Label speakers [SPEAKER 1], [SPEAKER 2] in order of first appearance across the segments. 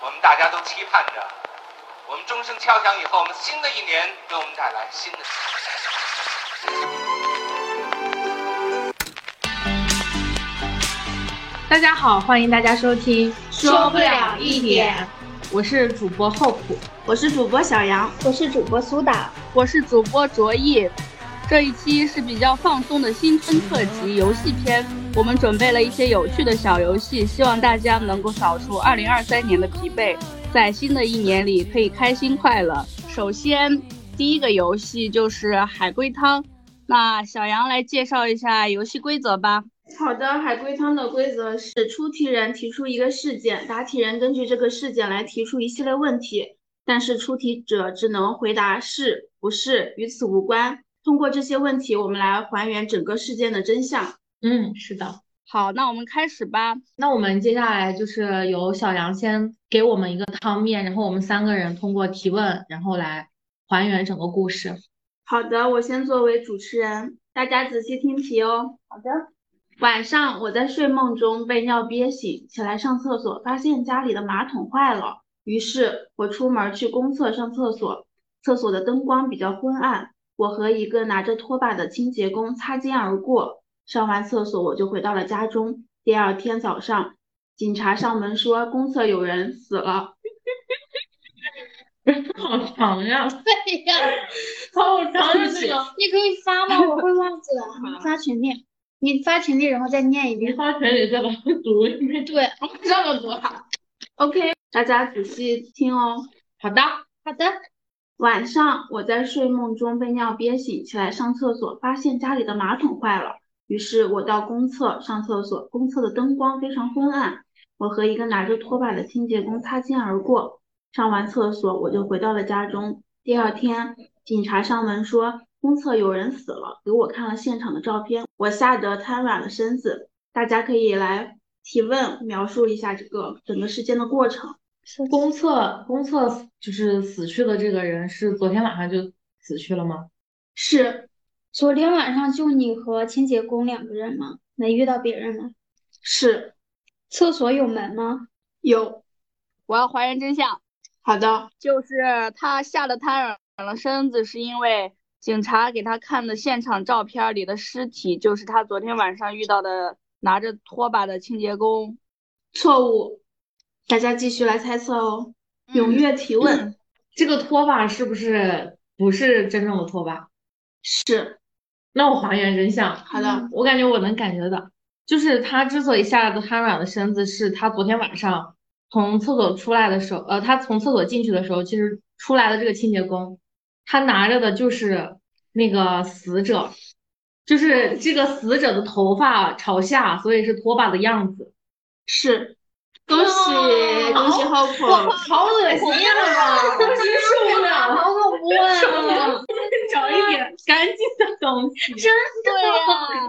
[SPEAKER 1] 我们大家都期盼着。我们钟声敲响以后，我们新的一年给我们带来新的。
[SPEAKER 2] 大家好，欢迎大家收听，
[SPEAKER 3] 说不了一点。
[SPEAKER 2] 我是主播厚朴，
[SPEAKER 4] 我是主播小杨，
[SPEAKER 5] 我是主播苏打，
[SPEAKER 6] 我是主播卓毅。这一期是比较放松的新春特辑游戏篇，我们准备了一些有趣的小游戏，希望大家能够扫除2023年的疲惫，在新的一年里可以开心快乐。首先，第一个游戏就是海龟汤，那小杨来介绍一下游戏规则吧。
[SPEAKER 4] 好的，海龟汤的规则是出题人提出一个事件，答题人根据这个事件来提出一系列问题，但是出题者只能回答是、不是，与此无关。通过这些问题，我们来还原整个事件的真相。
[SPEAKER 3] 嗯，是的。
[SPEAKER 6] 好，那我们开始吧。
[SPEAKER 3] 那我们接下来就是由小杨先给我们一个汤面，然后我们三个人通过提问，然后来还原整个故事。
[SPEAKER 4] 好的，我先作为主持人，大家仔细听题哦。
[SPEAKER 5] 好的。
[SPEAKER 4] 晚上我在睡梦中被尿憋醒，起来上厕所，发现家里的马桶坏了，于是我出门去公厕上厕所。厕所的灯光比较昏暗。我和一个拿着拖把的清洁工擦肩而过。上完厕所，我就回到了家中。第二天早上，警察上门说公厕有人死了。
[SPEAKER 3] 好长呀！
[SPEAKER 5] 对哎呀，
[SPEAKER 3] 好长 的这个。
[SPEAKER 5] 你可以 发吗？我会忘记了。你发群里，你发群里，然后再念一遍。
[SPEAKER 3] 发群里再把它读一遍。
[SPEAKER 5] 对，
[SPEAKER 4] 哦这么多。OK，大家仔细听哦。
[SPEAKER 3] 好的，
[SPEAKER 5] 好的。
[SPEAKER 4] 晚上，我在睡梦中被尿憋醒，起来上厕所，发现家里的马桶坏了。于是我到公厕上厕所，公厕的灯光非常昏暗。我和一个拿着拖把的清洁工擦肩而过。上完厕所，我就回到了家中。第二天，警察上门说公厕有人死了，给我看了现场的照片，我吓得瘫软了身子。大家可以来提问，描述一下这个整个事件的过程。
[SPEAKER 3] 公厕，公厕就是死去的这个人是昨天晚上就死去了吗？
[SPEAKER 4] 是，
[SPEAKER 5] 昨天晚上就你和清洁工两个人吗？没遇到别人吗？
[SPEAKER 4] 是，
[SPEAKER 5] 厕所有门吗？
[SPEAKER 4] 有，
[SPEAKER 6] 我要还原真相。
[SPEAKER 4] 好的，
[SPEAKER 6] 就是他吓得瘫软了身子，是因为警察给他看的现场照片里的尸体就是他昨天晚上遇到的拿着拖把的清洁工。
[SPEAKER 4] 错误。大家继续来猜测哦，踊跃提问。
[SPEAKER 3] 嗯嗯、这个拖把是不是不是真正的拖把？
[SPEAKER 4] 是。
[SPEAKER 3] 那我还原真相。嗯
[SPEAKER 4] 好的，
[SPEAKER 3] 我感觉我能感觉到，就是他之所以吓得瘫软了身子，是他昨天晚上从厕所出来的时候，呃，他从厕所进去的时候，其实出来的这个清洁工，他拿着的就是那个死者，就是这个死者的头发朝下，所以是拖把的样子。
[SPEAKER 4] 是。恭喜恭喜浩普，
[SPEAKER 3] 好恶心啊！真受不了，
[SPEAKER 5] 好恐怖啊！
[SPEAKER 3] 找一点干净的东西。
[SPEAKER 5] 真的
[SPEAKER 6] 呀！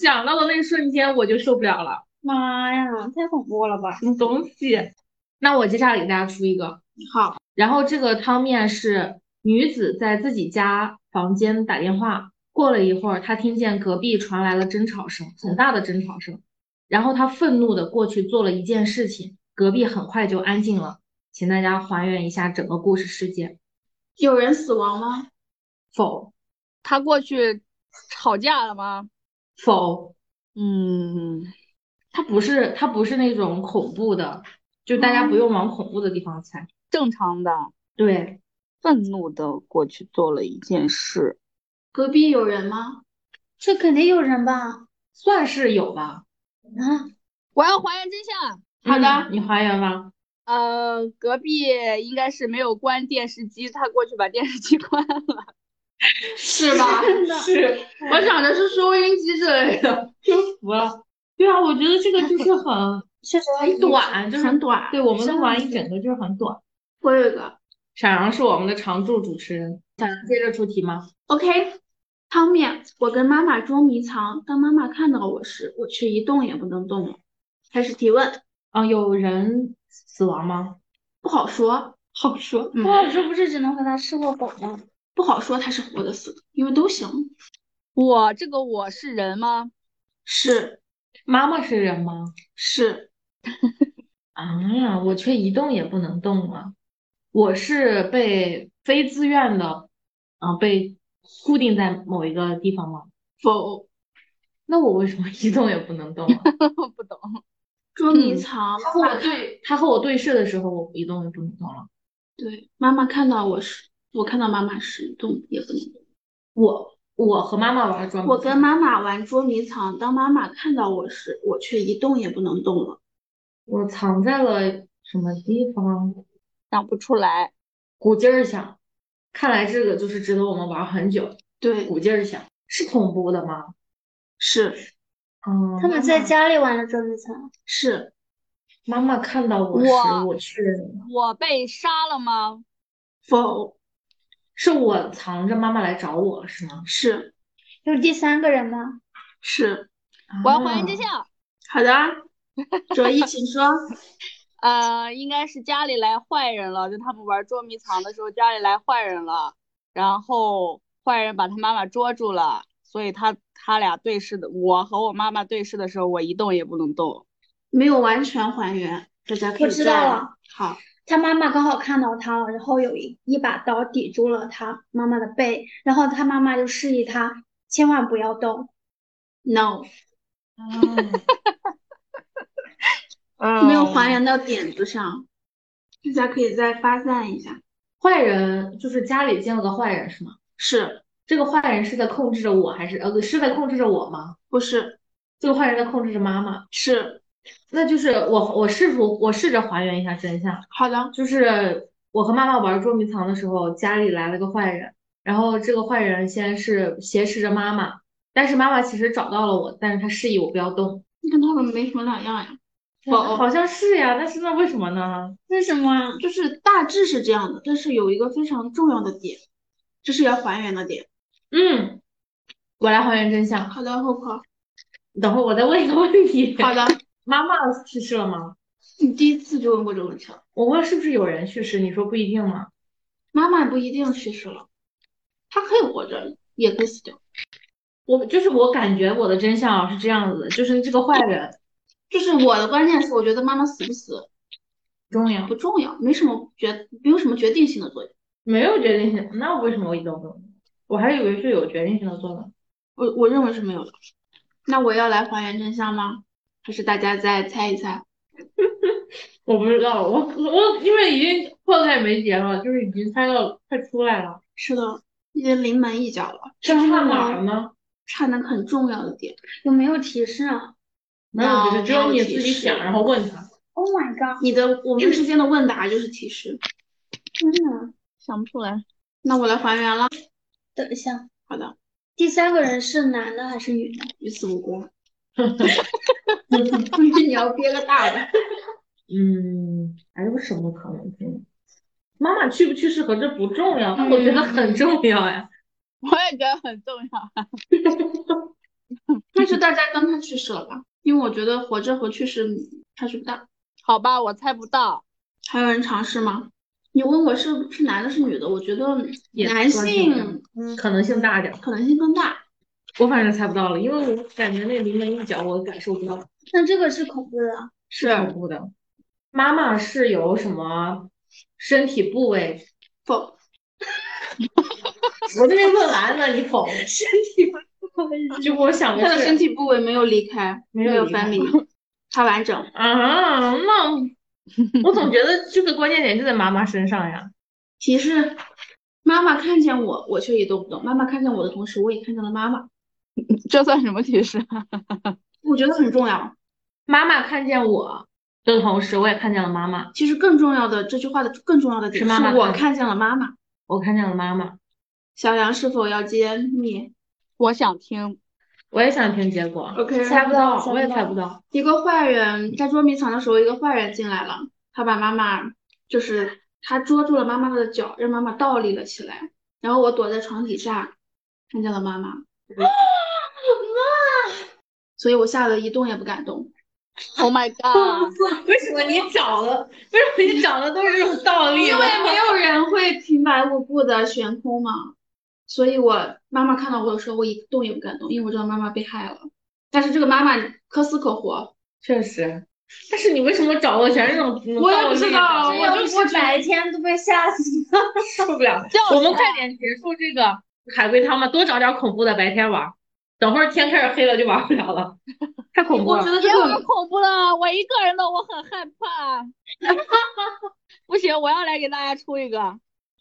[SPEAKER 3] 想到的那一瞬间我就受不了了。
[SPEAKER 5] 妈呀，太恐怖了吧！
[SPEAKER 3] 什么东西？那我接下来给大家出一个。
[SPEAKER 4] 好。
[SPEAKER 3] 然后这个汤面是女子在自己家房间打电话，过了一会儿，她听见隔壁传来了争吵声，很大的争吵声。然后他愤怒的过去做了一件事情，隔壁很快就安静了。请大家还原一下整个故事事件。
[SPEAKER 4] 有人死亡吗？
[SPEAKER 3] 否。
[SPEAKER 6] 他过去吵架了吗？
[SPEAKER 3] 否。
[SPEAKER 6] 嗯，
[SPEAKER 3] 他不是他不是那种恐怖的，就大家不用往恐怖的地方猜。
[SPEAKER 6] 正常的。
[SPEAKER 3] 对。
[SPEAKER 6] 愤怒的过去做了一件事。
[SPEAKER 4] 隔壁有人吗？
[SPEAKER 5] 这肯定有人吧？
[SPEAKER 3] 算是有吧。
[SPEAKER 5] 啊！
[SPEAKER 6] 我要还原真相。
[SPEAKER 3] 好的，嗯、你还原吧。
[SPEAKER 6] 呃，隔壁应该是没有关电视机，他过去把电视机 关了，
[SPEAKER 4] 是 吧？
[SPEAKER 3] 是。
[SPEAKER 4] 我想的是收音机之类的，
[SPEAKER 3] 真服了。对啊，我觉得这个就是 很，
[SPEAKER 5] 确实很
[SPEAKER 3] 短，就是
[SPEAKER 4] 很短。
[SPEAKER 3] 对我们录完一整个就是很短。
[SPEAKER 4] 我有一个，
[SPEAKER 3] 沈阳是我们的常驻主持人，想接着出题吗
[SPEAKER 4] ？OK。汤面，我跟妈妈捉迷藏。当妈妈看到我时，我却一动也不能动了。开始提问。
[SPEAKER 3] 啊、呃，有人死亡吗？
[SPEAKER 4] 不好说，嗯
[SPEAKER 3] 好说，
[SPEAKER 5] 不好说，不是只能回答是或否吗？
[SPEAKER 4] 不好说他是活的死的，因为都行。
[SPEAKER 6] 我这个我是人吗？
[SPEAKER 4] 是。
[SPEAKER 3] 妈妈是人吗？
[SPEAKER 4] 是。
[SPEAKER 3] 啊，啊，我却一动也不能动了。我是被非自愿的，啊、被固定在某一个地方了。
[SPEAKER 4] 否，
[SPEAKER 3] 那我为什么 一动也不能动啊？
[SPEAKER 6] 不懂。
[SPEAKER 4] 捉迷
[SPEAKER 5] 嗯
[SPEAKER 4] 藏。
[SPEAKER 3] 他和我对他和我对视的时候，我一动也不能动了。
[SPEAKER 4] 对，妈妈看到我是，我看到妈妈是动也不能动。
[SPEAKER 3] 我我和妈妈玩捉迷
[SPEAKER 4] 我
[SPEAKER 3] 藏
[SPEAKER 4] 跟妈妈玩捉迷藏，当妈妈看到我时，我却一动也不能动了。
[SPEAKER 3] 我藏在了什么地方？
[SPEAKER 6] 想不出来，
[SPEAKER 3] 鼓劲儿响。看来这个就是值得我们玩很久。
[SPEAKER 4] 对，
[SPEAKER 3] 鼓劲儿响是恐怖的吗？
[SPEAKER 4] 是
[SPEAKER 3] 嗯，
[SPEAKER 5] 他们在家里玩的捉迷藏，
[SPEAKER 4] 是，
[SPEAKER 3] 妈妈看到我时，
[SPEAKER 6] 哇
[SPEAKER 3] 我去，
[SPEAKER 6] 我被杀了吗？
[SPEAKER 4] 否
[SPEAKER 3] 是我藏着妈妈来找我是吗？
[SPEAKER 4] 是
[SPEAKER 5] 有第三个人吗？
[SPEAKER 4] 是。
[SPEAKER 6] 我要还原
[SPEAKER 3] 啊
[SPEAKER 6] 真相。
[SPEAKER 4] 好的，卓一，请说。
[SPEAKER 6] 呃，应该是家里来坏人了，就他们玩捉迷藏的时候，家里来坏人了，然后坏人把他妈妈捉住了，所以他他俩对视的，我和我妈妈对视的时候，我一动也不能动。
[SPEAKER 4] 没有完全还原，大家可以
[SPEAKER 5] 我知道
[SPEAKER 4] 再
[SPEAKER 5] 了。
[SPEAKER 4] 好，
[SPEAKER 5] 他妈妈刚好看到他了，然后有一一把刀抵住了他妈妈的背，然后他妈妈就示意他千万不要动。
[SPEAKER 4] no，
[SPEAKER 3] 啊
[SPEAKER 6] 嗯
[SPEAKER 4] 没有还原到点子上，大家可以再发散一下。
[SPEAKER 3] 坏人就是家里进了个坏人是吗？
[SPEAKER 4] 是
[SPEAKER 3] 这个坏人是在控制着我，还是呃是在控制着我吗？
[SPEAKER 4] 不是？
[SPEAKER 3] 这个坏人在控制着妈妈，
[SPEAKER 4] 是
[SPEAKER 3] 那就是我我试图我试着还原一下真相，
[SPEAKER 4] 好的，
[SPEAKER 3] 就是我和妈妈玩捉迷藏的时候，家里来了个坏人，然后这个坏人先是挟持着妈妈，但是妈妈其实找到了我，但是他示意我不要动，
[SPEAKER 4] 跟他们没什么两样呀。否，
[SPEAKER 3] 好像是呀，但是那为什么呢？
[SPEAKER 5] 哦为什么？啊
[SPEAKER 4] 就是大致是这样的，但是有一个非常重要的点，这是要还原的点。
[SPEAKER 3] 嗯，我来还原真相，
[SPEAKER 4] 好的，后口。
[SPEAKER 3] 等会儿我再问一个问题。
[SPEAKER 4] 好的，
[SPEAKER 3] 妈妈去世了吗？
[SPEAKER 4] 你第一次就问过这个问题了。
[SPEAKER 3] 我问是不是有人去世，你说不一定吗？
[SPEAKER 4] 妈妈不一定去世了，她可以活着，也可以死掉。
[SPEAKER 3] 我就是我感觉我的真相啊是这样子的，就是这个坏人
[SPEAKER 4] 就是我的观念是，我觉得妈妈死不死
[SPEAKER 3] 重要
[SPEAKER 4] 不，重要，没什么决，没有什么决定性的作用。
[SPEAKER 3] 没有决定性，那为什么我一动不动？我还以为是有决定性的作用。
[SPEAKER 4] 我我认为是没有的。那我要来还原真相吗？还是大家再猜一猜？
[SPEAKER 3] 我不知道，我我因为已经迫在眉睫了，就是已经猜到快出来了。
[SPEAKER 4] 是的，已经临门一脚了，
[SPEAKER 3] 这差哪儿呢？
[SPEAKER 4] 差那个很重要的点。
[SPEAKER 5] 有没有提示啊
[SPEAKER 3] 没有提示，
[SPEAKER 4] No，
[SPEAKER 3] 只有
[SPEAKER 4] 没
[SPEAKER 3] 你
[SPEAKER 4] 有
[SPEAKER 3] 自
[SPEAKER 4] 提
[SPEAKER 3] 己
[SPEAKER 4] 示
[SPEAKER 3] 想，然后问他。
[SPEAKER 5] ？Oh my god！
[SPEAKER 4] 你的我们之间的问答就是提示。
[SPEAKER 5] 天呐，
[SPEAKER 6] 想不出来，
[SPEAKER 4] 那我来还原了。
[SPEAKER 5] 嗯等一下，
[SPEAKER 4] 好的，
[SPEAKER 5] 第三个人是男的还是女的？
[SPEAKER 4] 与此无关。
[SPEAKER 5] 你要憋个大的。
[SPEAKER 3] 嗯，还有什么可能性？嗯妈妈去不去世和这不重要，但我觉得很重要呀。
[SPEAKER 6] 我也觉得很重要。
[SPEAKER 4] 但是大家当他去世了吧，因为我觉得活着和去世差距不大。
[SPEAKER 6] 好吧，我猜不到。
[SPEAKER 4] 还有人尝试吗？你问我是是男的，是女的？我觉得
[SPEAKER 3] 也
[SPEAKER 4] 男
[SPEAKER 3] 算是
[SPEAKER 4] 性
[SPEAKER 3] 可能性大点儿，
[SPEAKER 4] 可能性更大。
[SPEAKER 3] 我反正猜不到了，因为我感觉那临门一脚，我感受不到。
[SPEAKER 5] 那这个是恐怖的，
[SPEAKER 4] 是啊
[SPEAKER 3] 恐怖的。妈妈是有什么身体部位？
[SPEAKER 4] 否？
[SPEAKER 3] 我这边问完了，你 否？身体就我想的
[SPEAKER 4] 他的
[SPEAKER 3] 是
[SPEAKER 4] 身体部位没有离开，
[SPEAKER 3] 没
[SPEAKER 4] 没
[SPEAKER 3] 有
[SPEAKER 4] 有
[SPEAKER 3] 离开
[SPEAKER 4] 分离，他完整。
[SPEAKER 3] 啊，那我总觉得这个关键点就在妈妈身上呀。
[SPEAKER 4] 提示：妈妈看见我，我却一动不动；妈妈看见我的同时，我也看见了妈妈。
[SPEAKER 6] 这算什么提示？
[SPEAKER 4] 我觉得很重要。
[SPEAKER 3] 妈妈看见我的同时，我也看见了妈妈，
[SPEAKER 4] 其实更重要的这句话的更重要的点
[SPEAKER 3] 是妈妈
[SPEAKER 4] 我
[SPEAKER 3] 看
[SPEAKER 4] 看见了妈妈。
[SPEAKER 3] 我看见了妈妈。
[SPEAKER 4] 小杨是否要揭秘
[SPEAKER 6] 我想听。
[SPEAKER 3] 我也想听结果，
[SPEAKER 4] ？OK，
[SPEAKER 3] 猜不到，
[SPEAKER 5] 猜不到
[SPEAKER 3] 我也猜不到。
[SPEAKER 4] 一个坏人在捉迷藏的时候，一个坏人进来了，他把妈妈就是他捉住了妈妈的脚，让妈妈倒立了起来。然后我躲在床底下，看见了妈妈，所以我吓得一动也不敢动。
[SPEAKER 6] Oh my
[SPEAKER 4] 啊
[SPEAKER 6] god！
[SPEAKER 3] 为什么你找的，为什么你找的都是这种倒立
[SPEAKER 4] 因
[SPEAKER 3] 的？
[SPEAKER 4] 为没有人会平白无故的悬空嘛，所以我妈妈看到我的时候，我一动也不敢动，因为我知道妈妈被害了。但是这个妈妈可死可活，
[SPEAKER 3] 确实，但是你为什么找的全是这种
[SPEAKER 2] 我也不知道我就
[SPEAKER 5] 我白天都被吓死了。
[SPEAKER 3] 受不 了。我们快点结束这个海龟汤吧，多找点恐怖的白天玩，等会儿天开始黑了就玩不了了，太恐怖
[SPEAKER 2] 我
[SPEAKER 3] 了
[SPEAKER 2] 觉。得这
[SPEAKER 6] 别玩
[SPEAKER 2] 个
[SPEAKER 6] 恐怖了，我一个人的我很害怕。 不行，我要来给大家出一个。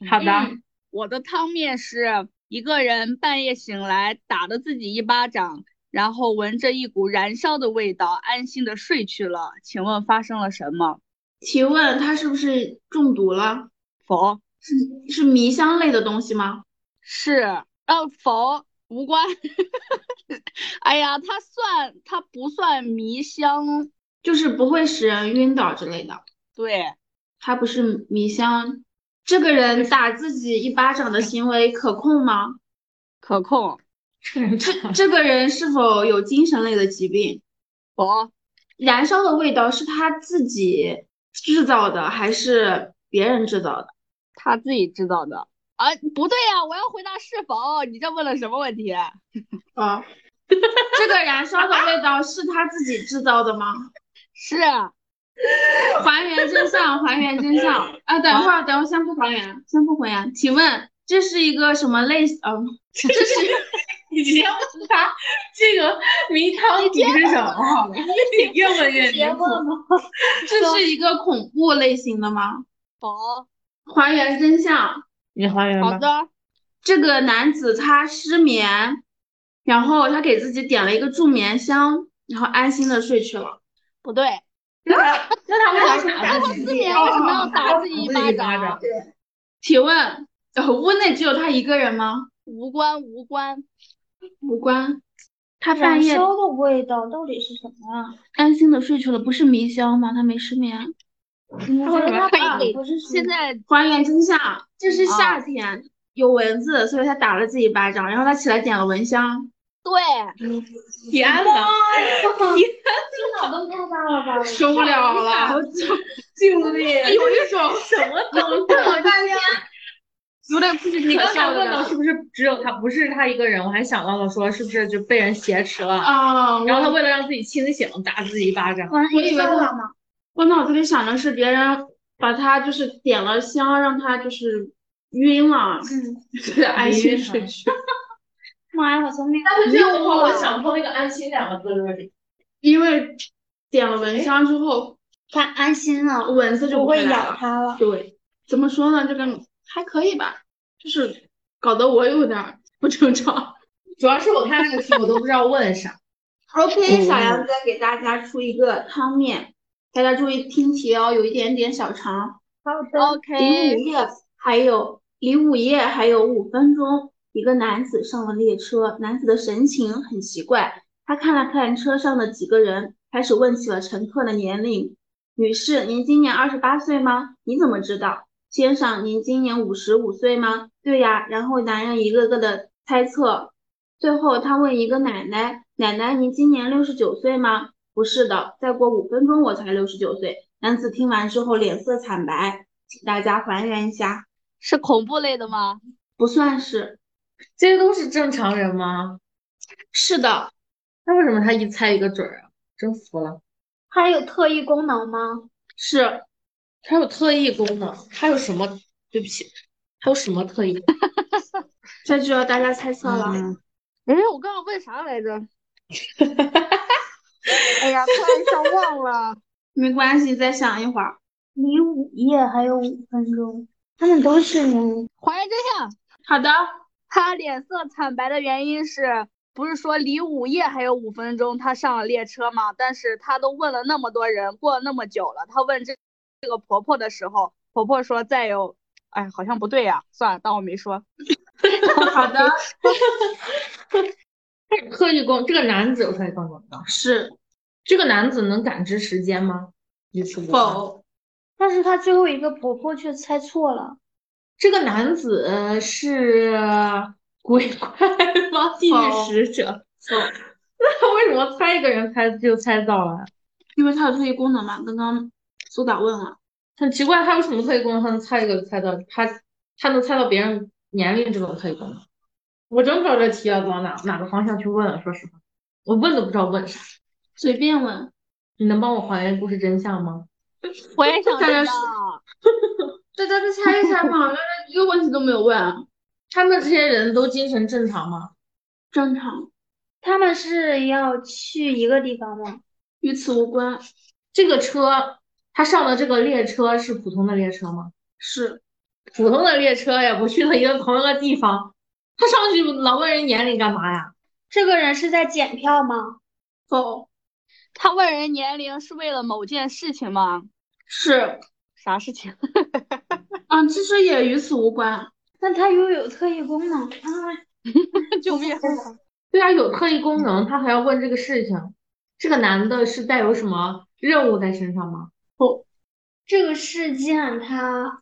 [SPEAKER 3] 好的，
[SPEAKER 6] 嗯我的汤面是一个人半夜醒来，打了自己一巴掌，然后闻着一股燃烧的味道，安心的睡去了。请问发生了什么？
[SPEAKER 4] 提问他是不是中毒了？
[SPEAKER 6] 否，
[SPEAKER 4] 是迷香类的东西吗？
[SPEAKER 6] 是，呃，否，无关。 哎呀，它算，它不算迷香，
[SPEAKER 4] 就是不会使人晕倒之类的。
[SPEAKER 6] 对，
[SPEAKER 4] 他不是迷香。这个人打自己一巴掌的行为可控吗？
[SPEAKER 6] 可控。
[SPEAKER 4] 这这个人是否有精神类的疾病？
[SPEAKER 6] 否，
[SPEAKER 4] 燃烧的味道是他自己制造的还是别人制造的？
[SPEAKER 6] 他自己制造的。啊，不对呀、我要回答是否。你这问了什么问题？
[SPEAKER 4] 啊，这个燃烧的味道是他自己制造的吗？
[SPEAKER 6] 是啊
[SPEAKER 4] 还原真相，还原真相。啊，等一会儿，等会儿，先不还原，先不还原。请问这是一个什么类型？嗯、这是
[SPEAKER 3] 你直接问他这个迷汤底是什么好了，你越问越离谱。
[SPEAKER 4] 啊这是一个恐怖类型的吗？
[SPEAKER 6] 否。
[SPEAKER 4] 还原真相，
[SPEAKER 3] 你还原
[SPEAKER 6] 好
[SPEAKER 3] 吧。
[SPEAKER 6] 的，
[SPEAKER 4] 这个男子他失眠，然后他给自己点了一个助眠香，然后安心的睡去了。
[SPEAKER 6] 不对。
[SPEAKER 3] 那他为啥
[SPEAKER 6] 然后思眠为什么要打自己一巴掌？？
[SPEAKER 4] 提问：呃屋内只有他一个人吗？
[SPEAKER 6] 无关无关，
[SPEAKER 4] 无关。他半
[SPEAKER 5] 燃
[SPEAKER 4] 夜
[SPEAKER 5] 烧的味道到底是什么啊呀、
[SPEAKER 4] 安心的睡去了，不是迷香吗？他没失眠。
[SPEAKER 5] 我觉得他
[SPEAKER 6] 他
[SPEAKER 5] 打
[SPEAKER 6] 为
[SPEAKER 5] 的不是什
[SPEAKER 6] 现
[SPEAKER 5] 么
[SPEAKER 6] 在
[SPEAKER 4] 还原真相，这是
[SPEAKER 5] 啊
[SPEAKER 4] 夏天，有蚊子，所以他打了自己一巴掌，然后他起来点了蚊香。
[SPEAKER 6] 对
[SPEAKER 3] 天哪！
[SPEAKER 5] 哎这脑洞太大了 吧？
[SPEAKER 4] 受不了了，我就
[SPEAKER 3] 经历
[SPEAKER 4] 哎
[SPEAKER 3] 有一种哎 什么都
[SPEAKER 5] 我大家
[SPEAKER 4] 有点不行，
[SPEAKER 3] 你
[SPEAKER 4] 那
[SPEAKER 3] 刚
[SPEAKER 4] 个
[SPEAKER 3] 才
[SPEAKER 4] 笑
[SPEAKER 3] 问到是
[SPEAKER 4] 的。
[SPEAKER 3] 不是只有他，不是他一个人，我还想到了说是不是就被人挟持了，
[SPEAKER 4] 啊，
[SPEAKER 3] 然后他
[SPEAKER 4] 我
[SPEAKER 3] 为了让自己清醒，打自己一巴 掌。
[SPEAKER 5] 完了，
[SPEAKER 4] 我以为
[SPEAKER 5] 算
[SPEAKER 4] 我
[SPEAKER 5] 了吗？
[SPEAKER 4] 我脑子里想的是别人把他就是点了香，让他就是晕了，
[SPEAKER 5] 嗯，
[SPEAKER 4] 就是安心睡去。
[SPEAKER 5] 妈呀，好聪明！
[SPEAKER 3] 但是这样的话，我想不通那个“安心”两个字是为什么。
[SPEAKER 4] 因为点了蚊香之后，
[SPEAKER 5] 他安心了，
[SPEAKER 4] 蚊子就
[SPEAKER 5] 不
[SPEAKER 4] 会
[SPEAKER 5] 会
[SPEAKER 4] 来
[SPEAKER 5] 咬
[SPEAKER 4] 了。
[SPEAKER 5] 他了。
[SPEAKER 4] 对，怎么说呢？这个还可以吧，就是搞得我有点儿不正常。
[SPEAKER 3] 主要是我看这个题，我都不知道问啥。
[SPEAKER 4] OK，小杨再给大家出一个汤面，大家注意听题哦，有一点点小长。
[SPEAKER 5] 好的，
[SPEAKER 4] 离午
[SPEAKER 6] ，OK，
[SPEAKER 4] 夜还有离午夜还有五分钟，一个男子上了列车，男子的神情很奇怪，他看了看车上的几个人，开始问起了乘客的年龄。女士，您今年二十八岁吗？你怎么知道？先生，您今年五十五岁吗？对呀。然后男人一个个的猜测，最后他问一个奶奶：“奶奶，您今年六十九岁吗？”不是的，再过五分钟我才六十九岁。男子听完之后脸色惨白，请大家还原一下，
[SPEAKER 6] 是恐怖类的吗？
[SPEAKER 4] 不算是。
[SPEAKER 3] 这些都是正常人吗？
[SPEAKER 4] 是的，
[SPEAKER 3] 那为什么他一猜一个准儿啊？真服了。
[SPEAKER 5] 他有特异功能吗？
[SPEAKER 4] 是
[SPEAKER 3] 他有特异功能，他有什么？对不起，他有什么特异？
[SPEAKER 4] 这就要大家猜测了。
[SPEAKER 6] 嗯，哎，我刚刚问啥来着？哎呀，突然一下忘了。
[SPEAKER 4] 没关系，再想一会儿。
[SPEAKER 5] 离午夜还有五分钟，他们都是人。
[SPEAKER 6] 还原真相，
[SPEAKER 4] 好的，
[SPEAKER 6] 他脸色惨白的原因是不是说离午夜还有五分钟，他上了列车吗？但是他都问了那么多人，过了那么久了，他问这这个婆婆的时候，婆婆说再有，哎，好像不对呀、算了，当我没说。
[SPEAKER 4] 好 的，
[SPEAKER 3] 他有特异功，这个男子有特异功能。
[SPEAKER 4] 是
[SPEAKER 3] 这个男子能感知时间吗？你是不？
[SPEAKER 4] 否？
[SPEAKER 5] 但是他最后一个婆婆却猜错了，
[SPEAKER 3] 这个男子是 鬼怪吗？地
[SPEAKER 4] 否
[SPEAKER 3] 狱使者？
[SPEAKER 4] 否，
[SPEAKER 3] 那他为什么猜一个人猜就猜到了？啊
[SPEAKER 4] 因为它有特异功能嘛。刚刚苏打问了，
[SPEAKER 3] 很奇怪，他有什么特异功能？他能猜一个就猜到他，他能猜到别人年龄这种特异功能？我真不知道这啊题要往哪哪个方向去问了。说实话，我问都不知道问啥。
[SPEAKER 4] 随便问。
[SPEAKER 3] 你能帮我还原故事真相吗？
[SPEAKER 6] 我 也想知
[SPEAKER 2] 大家
[SPEAKER 6] 道。
[SPEAKER 2] 大家再猜一猜嘛，原来一个问题都没有问啊。
[SPEAKER 3] 他们这些人都精神正常吗？
[SPEAKER 4] 正常，
[SPEAKER 5] 他们是要去一个地方吗？
[SPEAKER 4] 与此无关，
[SPEAKER 3] 这个车，他上的这个列车是普通的列车吗？
[SPEAKER 4] 是
[SPEAKER 3] 普通的列车也不去了一个同一个地方，他上去老问人年龄干嘛呀？哦
[SPEAKER 5] 这个人是在检票吗？
[SPEAKER 4] 否？
[SPEAKER 6] 他问人年龄是为了某件事情吗？
[SPEAKER 4] 是，
[SPEAKER 6] 啥事情？
[SPEAKER 4] 嗯，其实也与此无关，
[SPEAKER 5] 那他又有特异功能啊？
[SPEAKER 6] 救 命！
[SPEAKER 3] 对啊，有特异功能，他还要问这个事情。这个男的是带有什么任务在身上吗？
[SPEAKER 5] 这个事件他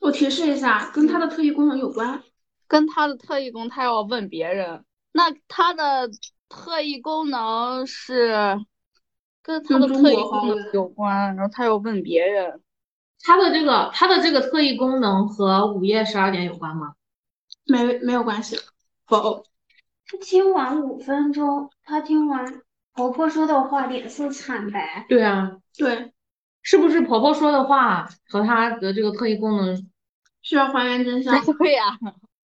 [SPEAKER 4] 我提示一下，跟他的特异功能有关，
[SPEAKER 6] 跟他的特异功，他要问别人。那他的特异功能是跟他的
[SPEAKER 4] 用中
[SPEAKER 6] 特异
[SPEAKER 4] 国话
[SPEAKER 6] 功能
[SPEAKER 4] 问
[SPEAKER 6] 有关，然后他要问别 人。
[SPEAKER 3] 他的这个他的这个特异功能和午夜十二点有关吗？
[SPEAKER 4] 没没有关系，否？
[SPEAKER 5] 他听完五分钟，他听完婆婆说的话，脸色惨白。
[SPEAKER 3] 对啊，
[SPEAKER 4] 对，
[SPEAKER 3] 是不是婆婆说的话和他的这个特异功能？
[SPEAKER 4] 需要还原真 相，
[SPEAKER 6] 对呀、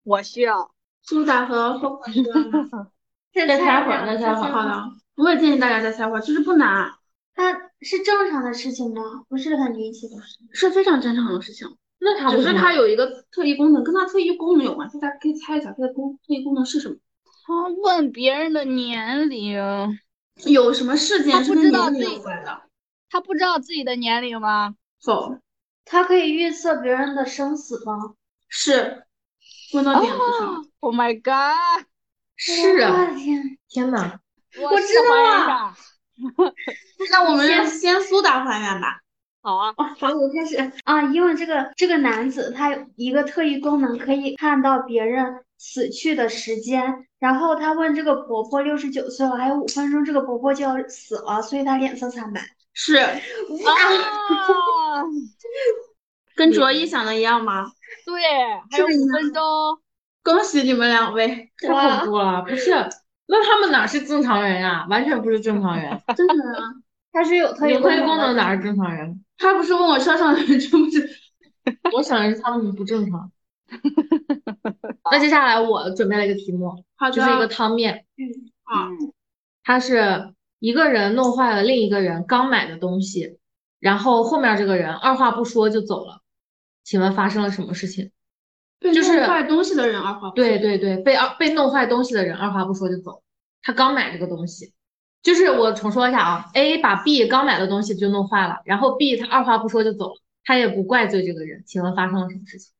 [SPEAKER 6] 我需要。
[SPEAKER 4] 苏打和风火需要吗？
[SPEAKER 5] 再
[SPEAKER 3] 再
[SPEAKER 5] 猜
[SPEAKER 3] 猜会儿
[SPEAKER 5] 两
[SPEAKER 3] 再
[SPEAKER 5] 个
[SPEAKER 3] 猜
[SPEAKER 5] 这
[SPEAKER 3] 会儿
[SPEAKER 5] 些
[SPEAKER 4] 好的，我也建议大家再猜会儿，其实不难，
[SPEAKER 5] 他是正常的事情吗？不是很离奇的事。
[SPEAKER 4] 是非常正常的事情。
[SPEAKER 3] 那他
[SPEAKER 4] 只
[SPEAKER 3] 为什
[SPEAKER 4] 是
[SPEAKER 3] 么
[SPEAKER 4] 它有一个特异功能，跟它特异功能有关系，大家可以猜一下它的功特异功能是什么？
[SPEAKER 6] 他问别人的年龄，
[SPEAKER 4] 有什么事件
[SPEAKER 6] 他
[SPEAKER 4] 是
[SPEAKER 6] 不知
[SPEAKER 4] 跟
[SPEAKER 6] 道
[SPEAKER 4] 年龄
[SPEAKER 6] 自己
[SPEAKER 4] 有关的？
[SPEAKER 6] 他不知道自己的年龄吗？
[SPEAKER 4] 否，
[SPEAKER 5] 他可以预测别人的生死吗？
[SPEAKER 4] 是问到点子上。
[SPEAKER 6] Oh my god！
[SPEAKER 3] 是
[SPEAKER 5] 我
[SPEAKER 3] 啊？
[SPEAKER 5] 的天，
[SPEAKER 3] 天哪！
[SPEAKER 6] 我啊
[SPEAKER 5] 我
[SPEAKER 6] 试
[SPEAKER 5] 知
[SPEAKER 6] 着
[SPEAKER 5] 道
[SPEAKER 6] 还原一
[SPEAKER 5] 了
[SPEAKER 6] 下。
[SPEAKER 4] 那我们先苏打还原吧。
[SPEAKER 6] 好啊，
[SPEAKER 5] 哦，好，我开始啊，因为这个这个男子他有一个特异功能，可以看到别人死去的时间。然后他问这个婆婆六十九岁了，还有五分钟，这个婆婆就要死了，所以她脸色惨白。
[SPEAKER 4] 是
[SPEAKER 6] 啊，
[SPEAKER 4] 跟卓一想的一样吗？
[SPEAKER 6] 对，还有
[SPEAKER 4] 是
[SPEAKER 6] 五分钟。
[SPEAKER 4] 恭喜你们两位，
[SPEAKER 3] 太恐怖了！不是，那他们哪是正常人啊？完全不是正常人。
[SPEAKER 4] 真的啊！
[SPEAKER 5] 他是有特异
[SPEAKER 3] 有特异
[SPEAKER 5] 功
[SPEAKER 3] 功能
[SPEAKER 5] 能的，
[SPEAKER 3] 哪是正常人？
[SPEAKER 4] 他不是问我车上的人真不是？
[SPEAKER 3] 我想的是他们不正常。那接下来我准备了一个题目，
[SPEAKER 4] 好
[SPEAKER 3] 就是一
[SPEAKER 4] 的，
[SPEAKER 3] 个汤面，
[SPEAKER 4] 啊
[SPEAKER 6] 嗯，
[SPEAKER 3] 它是一个人弄坏了另一个人刚买的东西，然后后面这个人二话不说就走了。请问发生了什么事情？
[SPEAKER 4] 被
[SPEAKER 3] 就是
[SPEAKER 4] 弄坏东西的人二话不说
[SPEAKER 3] 对对对，被二被弄坏东西的人二话不说就走。他刚买这个东西，就是我重说一下啊，A 把 B 刚买的东西就弄坏了，然后 B 他二话不说就走了，他也不怪罪这个人。请问发生了什么事情？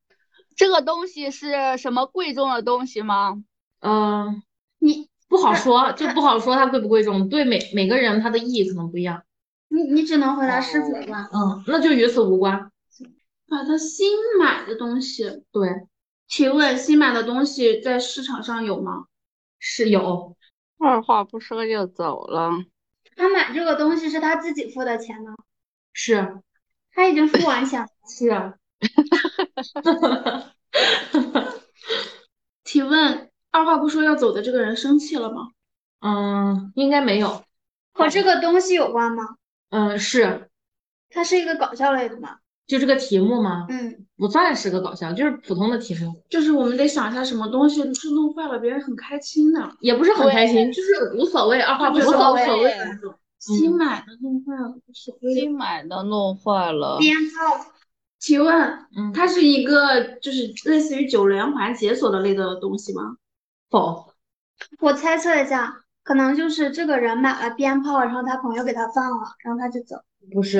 [SPEAKER 6] 这个东西是什么贵重的东西吗？
[SPEAKER 3] 嗯，
[SPEAKER 5] 你
[SPEAKER 3] 不好说，就不好说它贵不贵重，对每每个人它的意义可能不一样。
[SPEAKER 5] 你你只能回答是
[SPEAKER 4] 哦
[SPEAKER 5] 否吧？
[SPEAKER 3] 嗯，那就与此无关。
[SPEAKER 4] 把他新买的东西。
[SPEAKER 3] 对，
[SPEAKER 4] 提问：新买的东西在市场上有吗？
[SPEAKER 3] 是有，
[SPEAKER 6] 二话不说就走了。
[SPEAKER 5] 他买这个东西是他自己付的钱吗？
[SPEAKER 3] 是
[SPEAKER 5] 他已经付完 钱了，
[SPEAKER 3] 是啊，
[SPEAKER 4] 提问：二话不说要走的这个人生气了吗？
[SPEAKER 3] 嗯，应该没有，
[SPEAKER 5] 和这个东西有关吗？
[SPEAKER 3] 嗯，是，
[SPEAKER 5] 它是一个搞笑类的吗？
[SPEAKER 3] 就这个题目吗？
[SPEAKER 5] 嗯，
[SPEAKER 3] 不算是个搞笑，就是普通的题目，
[SPEAKER 4] 就是我们得想一下什么东西是弄坏了，别人很开心的，
[SPEAKER 3] 也不是很
[SPEAKER 6] 对
[SPEAKER 3] 开心，就是无所谓，二话不
[SPEAKER 4] 无
[SPEAKER 3] 说，
[SPEAKER 4] 所
[SPEAKER 6] 谓
[SPEAKER 4] 谓的那种。新买的弄坏了无所谓。
[SPEAKER 6] 新买的弄坏了，
[SPEAKER 5] 鞭炮，
[SPEAKER 4] 提问：
[SPEAKER 3] 嗯，
[SPEAKER 4] 它是一个就是类似于九连环解锁的类的东西吗？
[SPEAKER 3] 否，
[SPEAKER 5] 我猜测一下，可能就是这个人买了鞭炮，然后他朋友给他放了，然后他就走。
[SPEAKER 3] 不是，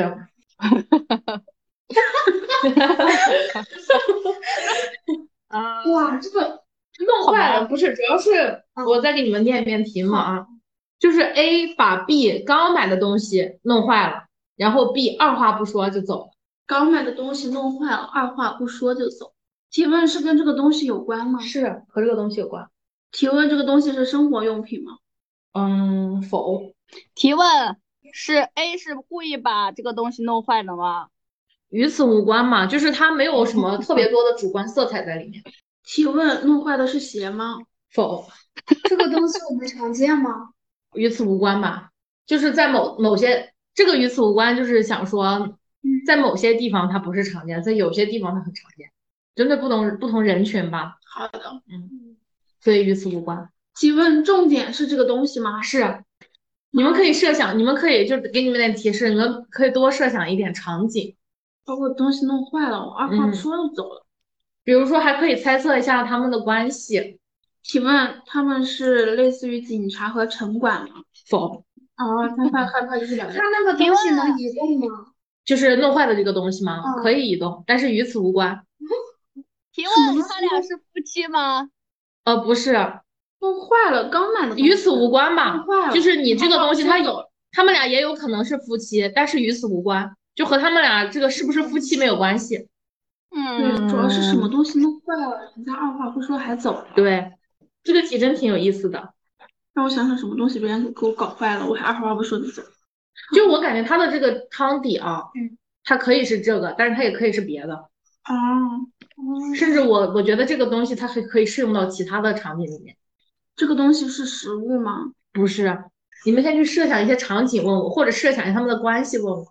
[SPEAKER 6] 啊，
[SPEAKER 4] 哇，这个
[SPEAKER 3] 弄坏了，不是，主要是我再给你们念一遍题目啊，就是 A 把 B 刚买的东西弄坏了，然后 B 二话不说就走了，
[SPEAKER 4] 刚买的东西弄坏了，二话不说就走。提问是跟这个东西有关吗？
[SPEAKER 3] 嗯是和这个东西有关。
[SPEAKER 4] 提问这个东西是生活用品吗？
[SPEAKER 3] 嗯，否，
[SPEAKER 6] 提问是 A 是故意把这个东西弄坏的吗？
[SPEAKER 3] 与此无关嘛，就是它没有什么特别多的主观色彩在里面。
[SPEAKER 4] 提问弄坏的是鞋吗？
[SPEAKER 3] 否，
[SPEAKER 5] 这个东西我们常见吗？
[SPEAKER 3] 与此无关吧，就是在某某些这个与此无关，就是想说
[SPEAKER 5] 嗯，
[SPEAKER 3] 在某些地方它不是常见，在有些地方它很常见，针对不同不同人群吧，
[SPEAKER 4] 好的，
[SPEAKER 3] 所以与此无关。
[SPEAKER 4] 提问重点是这个东西吗？
[SPEAKER 3] 是，你们可以设想，你们可以就给你们点提示，你们可以多设想一点场景，
[SPEAKER 4] 把我东西弄坏了，我
[SPEAKER 3] 嗯
[SPEAKER 4] 二话不说就走了。
[SPEAKER 3] 比如说还可以猜测一下他们的关系，
[SPEAKER 4] 提问他们是类似于警察和城管吗？
[SPEAKER 3] 否，
[SPEAKER 5] 啊，
[SPEAKER 4] 害怕害怕就是两
[SPEAKER 5] 它
[SPEAKER 4] 个。
[SPEAKER 5] 那个东西能移动吗？
[SPEAKER 3] 就是弄坏的这个东西吗？
[SPEAKER 5] 嗯
[SPEAKER 3] 可以移动，但是与此无关。
[SPEAKER 6] 提问他俩是夫妻吗？
[SPEAKER 3] 呃，不是，
[SPEAKER 4] 弄坏了，刚买的
[SPEAKER 3] 与此无关吧
[SPEAKER 5] 嗯
[SPEAKER 4] 弄？坏了，
[SPEAKER 3] 就是你这个东西，它
[SPEAKER 4] 它
[SPEAKER 3] 有，他们俩也有可能是夫妻，但是与此无关，就和他们俩这个是不是夫妻没有关系。
[SPEAKER 6] 嗯
[SPEAKER 3] 嗯
[SPEAKER 4] 对，主要是什么东西弄坏了，人家二话不说还走了。
[SPEAKER 3] 对，这个题真挺有意思的。
[SPEAKER 4] 让我想想什么东西别人给我搞坏了，我还二话不说就走。
[SPEAKER 3] 就我感觉它的这个汤底啊，
[SPEAKER 5] 嗯，
[SPEAKER 3] 它可以是这个，但是它也可以是别的，
[SPEAKER 4] 哦，
[SPEAKER 3] 甚至我我觉得这个东西它还可以适用到其他的场景里面。
[SPEAKER 4] 这个东西是食物吗？
[SPEAKER 3] 不是，你们先去设想一些场景问我，或者设想一下他们的关系问我，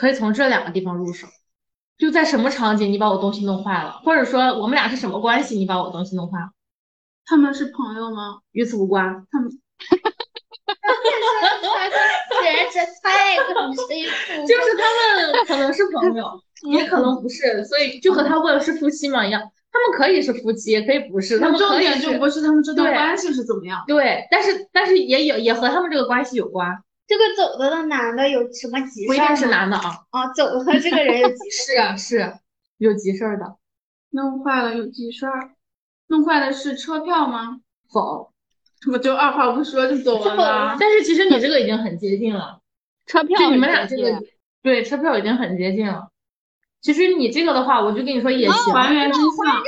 [SPEAKER 3] 可以从这两个地方入手。就在什么场景你把我东西弄坏了，或者说我们俩是什么关系你把我东西弄坏了，
[SPEAKER 4] 他们是朋友吗？
[SPEAKER 3] 与此无关。
[SPEAKER 5] 人真太可惜了。
[SPEAKER 3] 就 是他们可能是朋友，也可能不是，所以就和他问是夫妻嘛一样，他们可以是夫妻，也可以不是，他
[SPEAKER 4] 那
[SPEAKER 3] 们
[SPEAKER 4] 重
[SPEAKER 3] 可以
[SPEAKER 4] 点就是不是他们这段
[SPEAKER 3] 对
[SPEAKER 4] 关系是怎么样，
[SPEAKER 3] 对，但是但是也有也和他们这个关系有关，
[SPEAKER 5] 这个走的的男的有什么急
[SPEAKER 3] 不一
[SPEAKER 5] 事儿
[SPEAKER 3] 定是
[SPEAKER 5] 吗？
[SPEAKER 3] 男的啊。
[SPEAKER 5] 啊，走的这个人有急事
[SPEAKER 3] 是啊，是有急事儿的，
[SPEAKER 4] 弄坏了有急事儿，弄坏的是车票吗？
[SPEAKER 3] 否？
[SPEAKER 4] 我就二话不说就 走了啊
[SPEAKER 5] 走了
[SPEAKER 4] 啦。
[SPEAKER 3] 但是其实你这个已经很接近了。
[SPEAKER 6] 车票
[SPEAKER 3] 就你
[SPEAKER 6] 也
[SPEAKER 3] 们俩
[SPEAKER 6] 是
[SPEAKER 3] 这个，对，车票已经很接近了。其实你这个的话，我就跟你说也行，
[SPEAKER 4] 还原真相，
[SPEAKER 6] 还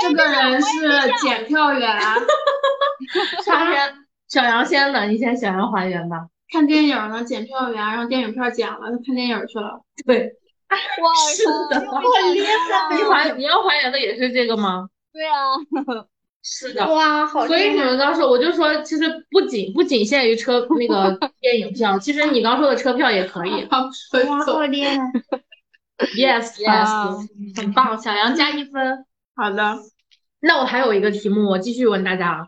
[SPEAKER 4] 这
[SPEAKER 6] 原
[SPEAKER 4] 个
[SPEAKER 6] 真相
[SPEAKER 4] 人是检票员。
[SPEAKER 3] 啥先小杨先的，你先小杨还原吧。
[SPEAKER 4] 看电影呢，检票员让电影票剪了，他看电影去了。
[SPEAKER 3] 对，
[SPEAKER 6] 哇
[SPEAKER 3] 是的
[SPEAKER 6] 又被吓
[SPEAKER 3] 你
[SPEAKER 6] 到了
[SPEAKER 3] 还你要还原的也是这个吗？
[SPEAKER 6] 对啊，
[SPEAKER 3] 是啊
[SPEAKER 5] 儿。。哇，好
[SPEAKER 3] 所以
[SPEAKER 5] 厉
[SPEAKER 3] 你
[SPEAKER 5] 害！
[SPEAKER 3] 们刚说，我就说，其实不仅不仅限于车那个电影票，其实你刚说的车票也可以。
[SPEAKER 4] 好，所以
[SPEAKER 5] 哇，
[SPEAKER 4] 走
[SPEAKER 5] 好。厉害！
[SPEAKER 3] Yes
[SPEAKER 6] 啊
[SPEAKER 3] yes，很棒，小杨加一分。
[SPEAKER 4] 好的，
[SPEAKER 3] 那我还有一个题目，我继续问大家啊。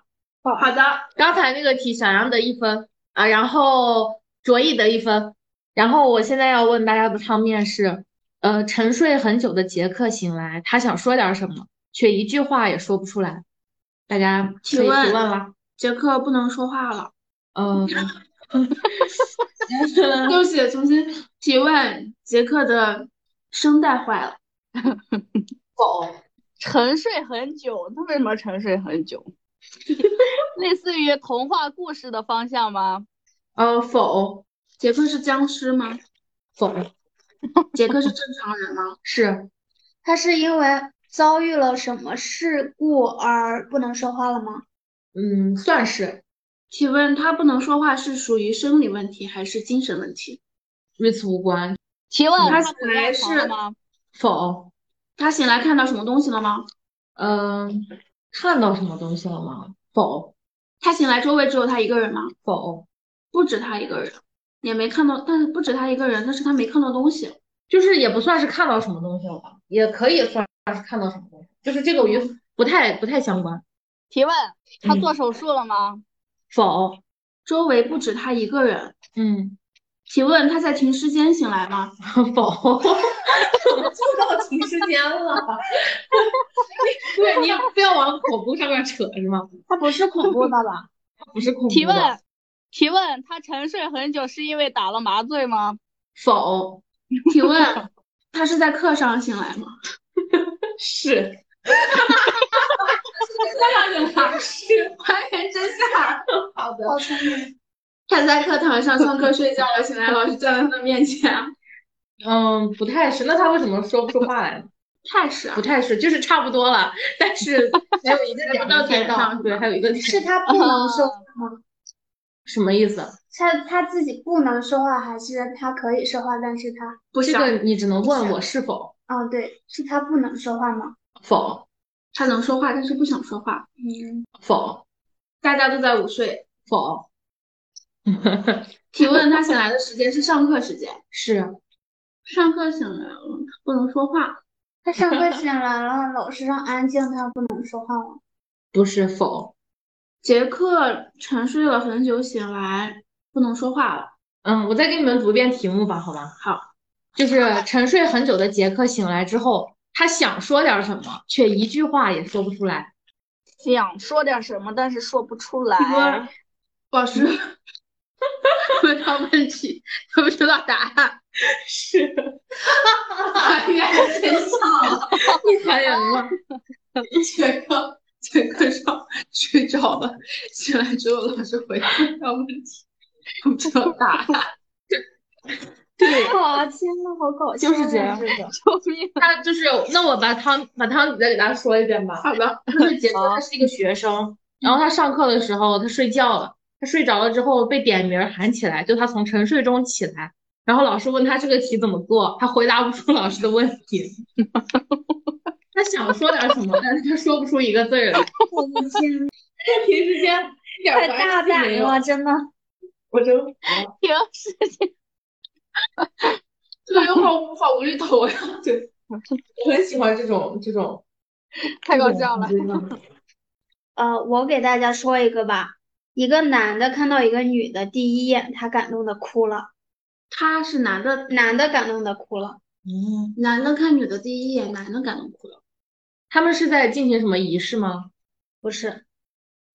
[SPEAKER 4] 好的，
[SPEAKER 3] 刚才那个题，小杨得一分啊，然后卓毅得一分，然后我现在要问大家的汤面是，呃，沉睡很久的杰克醒来，他想说点什么，却一句话也说不出来。大家可以
[SPEAKER 4] 提
[SPEAKER 3] 提
[SPEAKER 4] 问
[SPEAKER 3] 问啦。
[SPEAKER 4] 杰克不能说话了。
[SPEAKER 3] 嗯，
[SPEAKER 4] 对不起，重新提问。杰克的声带坏了，
[SPEAKER 6] 沉睡很久，他为什么沉睡很久？ 类似于童话故事的方向吗？
[SPEAKER 3] 呃，否
[SPEAKER 4] 杰克是僵尸吗？
[SPEAKER 3] 否
[SPEAKER 4] 杰克是正常人吗？
[SPEAKER 3] 是
[SPEAKER 5] 他是因为遭遇了什么事故而不能说话了吗？
[SPEAKER 3] 嗯算是
[SPEAKER 4] 提问他不能说话是属于生理问题还是精神问题？
[SPEAKER 3] 与此无关。
[SPEAKER 6] 提问
[SPEAKER 4] 他
[SPEAKER 6] 他
[SPEAKER 4] 本来
[SPEAKER 6] 鬼压床了
[SPEAKER 4] 是
[SPEAKER 6] 吗？
[SPEAKER 3] 否
[SPEAKER 4] 他醒来看到什么东西了吗？
[SPEAKER 3] 嗯、看到什么东西了吗？否
[SPEAKER 4] 他醒来周围只有他一个人吗？
[SPEAKER 3] 否
[SPEAKER 4] 不止他一个人，也没看到，但是不止他一个人，但是他没看到东西。
[SPEAKER 3] 就是也不算是看到什么东西了吧，也可以算是看到什么东西，就是这个与不太不太相关。
[SPEAKER 6] 提问他
[SPEAKER 3] 嗯
[SPEAKER 6] 做手术了吗？
[SPEAKER 3] 否，
[SPEAKER 4] 周围不止他一个人。
[SPEAKER 3] 嗯，
[SPEAKER 4] 提问他在停尸间醒来吗？
[SPEAKER 3] 否，就到停尸间了。 对，你也不要往恐怖上面扯是吗？
[SPEAKER 5] 他不是恐怖的吧？
[SPEAKER 3] 不是恐怖
[SPEAKER 6] 提
[SPEAKER 3] 的。
[SPEAKER 6] 问提问他沉睡很久是因为打了麻醉吗？
[SPEAKER 3] 否，
[SPEAKER 4] 提问他是在课上醒来吗？
[SPEAKER 3] 是
[SPEAKER 4] 还原真相。
[SPEAKER 3] 好的。
[SPEAKER 5] 好聪明！
[SPEAKER 4] 他在课堂上上课睡觉了，醒来老师站在他的面前。
[SPEAKER 3] 嗯，不太是。那他为什么说不出话来呢？
[SPEAKER 4] 太是啊
[SPEAKER 3] 不太是，就是差不多了，但是还有一个点
[SPEAKER 4] 还不到
[SPEAKER 3] 没猜
[SPEAKER 4] 点上
[SPEAKER 3] 对，还有一个点
[SPEAKER 5] 是他不能说，
[SPEAKER 3] 什么意思？
[SPEAKER 5] 他他自己不能说话，还是他可以说话，但是他，
[SPEAKER 4] 不
[SPEAKER 3] 这
[SPEAKER 4] 是啊
[SPEAKER 3] 个你只能问我是否
[SPEAKER 5] 哦，对，是他不能说话吗？
[SPEAKER 3] 否
[SPEAKER 4] 他能说话，但是不想说话。
[SPEAKER 5] 嗯，
[SPEAKER 3] 否
[SPEAKER 4] 大家都在午睡，
[SPEAKER 3] 否，
[SPEAKER 4] 提问他醒来的时间是上课时间，
[SPEAKER 3] 是，
[SPEAKER 4] 上课醒来了不能说话，
[SPEAKER 5] 他上课醒来了，老师让安静，他不能说话 吗？
[SPEAKER 3] 不是否？
[SPEAKER 4] 杰克沉睡了很久，醒呃来不能说话了。
[SPEAKER 3] 嗯，我再给你们读一遍题目吧，好吗？
[SPEAKER 4] 好，
[SPEAKER 3] 就是沉睡很久的杰克醒来之后，他想说点什么，却一句话也说不出来。
[SPEAKER 6] 想说点什么，但是说不出来。
[SPEAKER 4] 说老师问他问题，他不知道答案，
[SPEAKER 3] 是，
[SPEAKER 4] 还原了真相。
[SPEAKER 3] 你还原了。
[SPEAKER 4] 杰克，杰克上睡着了，醒来之后老师回答他问题，不知道答案。
[SPEAKER 6] 对，
[SPEAKER 5] 好天呐，好搞笑，啊
[SPEAKER 6] 就是这样
[SPEAKER 5] 这个
[SPEAKER 6] 救命！
[SPEAKER 3] 他就是，那我把汤把汤底再给大家说一遍吧。
[SPEAKER 4] 好的，
[SPEAKER 3] 就是杰克他是一个学生，然后他上课的时候他睡觉了，他睡着了之后被点名儿喊起来，就他从沉睡中起来，然后老师问他这个题怎么做，他回答不出老师的问题， 他想说点什么，但是他说不出一个字儿来，
[SPEAKER 5] 我的天，
[SPEAKER 3] 这题之间一点
[SPEAKER 5] 太
[SPEAKER 3] 关
[SPEAKER 5] 大
[SPEAKER 3] 系没
[SPEAKER 5] 胆
[SPEAKER 3] 有，
[SPEAKER 5] 了，真的。
[SPEAKER 3] 我真
[SPEAKER 6] 停，时间
[SPEAKER 4] 这个又好好无厘头呀。 对，
[SPEAKER 3] 我很喜欢这种这种
[SPEAKER 6] 太搞笑了。
[SPEAKER 3] 这种
[SPEAKER 5] 呃，我给大家说一个吧，一个男的看到一个女的，第一眼他感动的哭了，
[SPEAKER 4] 他是男的，
[SPEAKER 5] 男的感动的哭了，
[SPEAKER 3] 嗯，
[SPEAKER 4] 男的看女的第一眼，男的感动哭了。
[SPEAKER 3] 他们是在进行什么仪式吗？
[SPEAKER 5] 不是，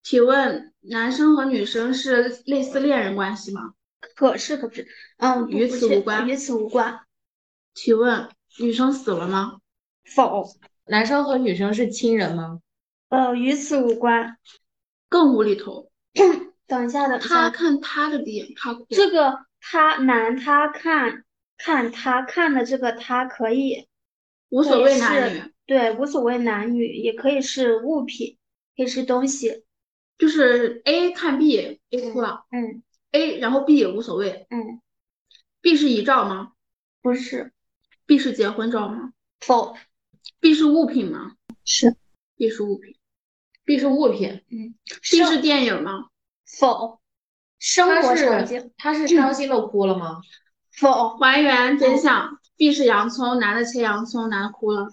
[SPEAKER 4] 提问：男生和女生是类似恋人关系吗？
[SPEAKER 5] 可是可不是，嗯，不
[SPEAKER 4] 与
[SPEAKER 5] 不
[SPEAKER 4] 此
[SPEAKER 5] 是
[SPEAKER 4] 无关
[SPEAKER 5] 与此无关，
[SPEAKER 4] 提问：女生死了吗？
[SPEAKER 5] 否，
[SPEAKER 3] 男生和女生是亲人吗？
[SPEAKER 5] 呃，与此无关。
[SPEAKER 4] 更无厘头，
[SPEAKER 5] 等一下，等一
[SPEAKER 4] 他
[SPEAKER 5] 下，
[SPEAKER 4] 看他的第一眼，他哭了。
[SPEAKER 5] 这个他男他看看他看的这个他可以，
[SPEAKER 4] 无所
[SPEAKER 5] 对
[SPEAKER 4] 谓男
[SPEAKER 5] 是
[SPEAKER 4] 女，
[SPEAKER 5] 对，无所谓男女，也可以是物品，可以是东西，
[SPEAKER 4] 就是 A 看 B，A 哭了
[SPEAKER 5] 嗯
[SPEAKER 4] ，A 然后 B 也无所谓
[SPEAKER 5] 嗯，
[SPEAKER 4] ，B 是遗照吗
[SPEAKER 5] 不是，
[SPEAKER 4] ？B 是结婚照吗
[SPEAKER 5] 否，
[SPEAKER 4] ？B 是物品吗
[SPEAKER 5] 是，
[SPEAKER 4] ？B 是物品
[SPEAKER 3] 必是物品，
[SPEAKER 4] ，B 是电影吗？
[SPEAKER 5] 否，生
[SPEAKER 3] 他
[SPEAKER 5] 活
[SPEAKER 3] 是
[SPEAKER 5] 场景，
[SPEAKER 3] 他是伤心的哭了吗？
[SPEAKER 5] 否
[SPEAKER 4] 还原真相，B 是洋葱，男的切洋葱，男的哭了。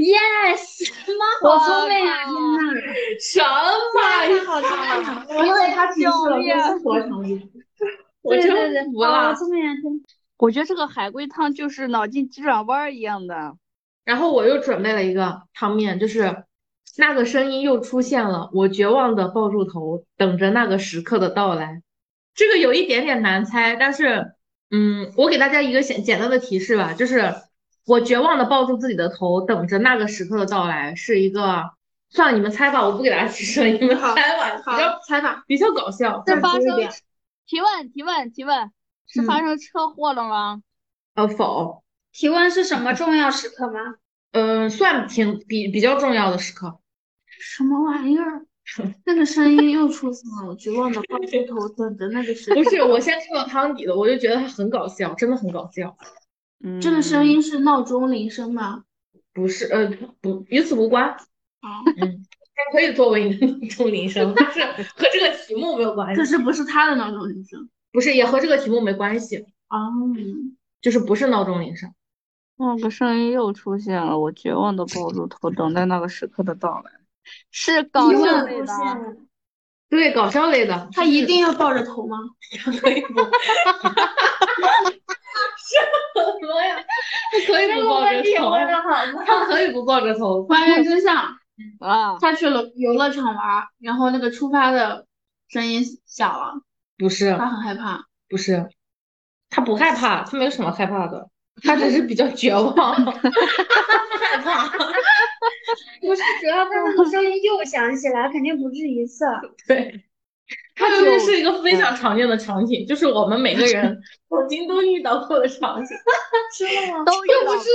[SPEAKER 5] ，yes，好聪明啊！
[SPEAKER 3] 什么
[SPEAKER 5] 太好聪明了！因为他提示了
[SPEAKER 6] 呀
[SPEAKER 4] 生活成立，
[SPEAKER 3] 我
[SPEAKER 5] 对
[SPEAKER 3] 真
[SPEAKER 5] 对对，
[SPEAKER 3] 服
[SPEAKER 5] 好
[SPEAKER 3] 了。
[SPEAKER 5] 聪明啊！真
[SPEAKER 6] 我觉得这个海龟汤就是脑筋急转弯儿一样的。
[SPEAKER 3] 然后我又准备了一个汤面，就是那个声音又出现了，我绝望的抱住头，等着那个时刻的到来。这个有一点点难猜，但是，嗯，我给大家一个简简单的提示吧，就是我绝望的抱住自己的头，等着那个时刻的到来，是一个，算了，你们猜吧，我不给大家提示了，你们
[SPEAKER 4] 好
[SPEAKER 3] 猜吧，
[SPEAKER 4] 好
[SPEAKER 3] 比较
[SPEAKER 4] 猜吧，
[SPEAKER 3] 比较搞笑。
[SPEAKER 4] 再
[SPEAKER 6] 是发
[SPEAKER 4] 说一
[SPEAKER 6] 生
[SPEAKER 4] 遍
[SPEAKER 6] 提问，提问，提问，是发生车祸了吗？
[SPEAKER 3] 呃，否，
[SPEAKER 5] 提问是什么重要时刻吗？
[SPEAKER 3] 呃，算挺比比较重要的时刻。
[SPEAKER 4] 什么玩意儿？那个声音又出现了，我绝望的抱住头，等着那个时刻。
[SPEAKER 3] 不 是，我先看到汤底的，我就觉得它很搞笑，真的很搞笑。
[SPEAKER 6] 嗯
[SPEAKER 4] 这个声音是闹钟铃声吗？
[SPEAKER 3] 不是，呃，不，与此无关，嗯
[SPEAKER 4] 啊，
[SPEAKER 3] 它可以作为你的闹钟铃声，但是和这个题目没有关
[SPEAKER 4] 可
[SPEAKER 3] 系，
[SPEAKER 4] 是不是他的闹钟铃声。
[SPEAKER 3] 不是，也和这个题目没关系，
[SPEAKER 4] 哦，
[SPEAKER 3] 就是不是闹钟铃声。
[SPEAKER 6] 那个声音又出现了，我绝望的抱住头，等待那个时刻的到来。是搞
[SPEAKER 4] 提
[SPEAKER 6] 笑
[SPEAKER 4] 问
[SPEAKER 6] 类
[SPEAKER 5] 出
[SPEAKER 6] 的，
[SPEAKER 5] 现了，
[SPEAKER 3] 对，搞笑类的，
[SPEAKER 4] 他一定要抱着头吗？
[SPEAKER 3] 可以不？什么呀？他可以不抱着头，他可以不抱着头。
[SPEAKER 4] 还原真相，
[SPEAKER 6] 啊，
[SPEAKER 4] 他去了游乐场玩，然后那个出发的声音响了，
[SPEAKER 3] 不是，
[SPEAKER 4] 他很害怕。
[SPEAKER 3] 不是，他不害怕，他没有什么害怕的，他只是比较绝望， 害怕。
[SPEAKER 5] 不是，主要他那个声音又响起来，肯定不止 一次。
[SPEAKER 3] 对， 它
[SPEAKER 6] 它
[SPEAKER 3] 其实
[SPEAKER 6] 就是
[SPEAKER 3] 一个非常
[SPEAKER 4] 嗯
[SPEAKER 3] 常见的场景，就是我们每个 人曾经都遇到过的场景，
[SPEAKER 5] 真的吗？
[SPEAKER 6] 都遇到过。
[SPEAKER 4] 手机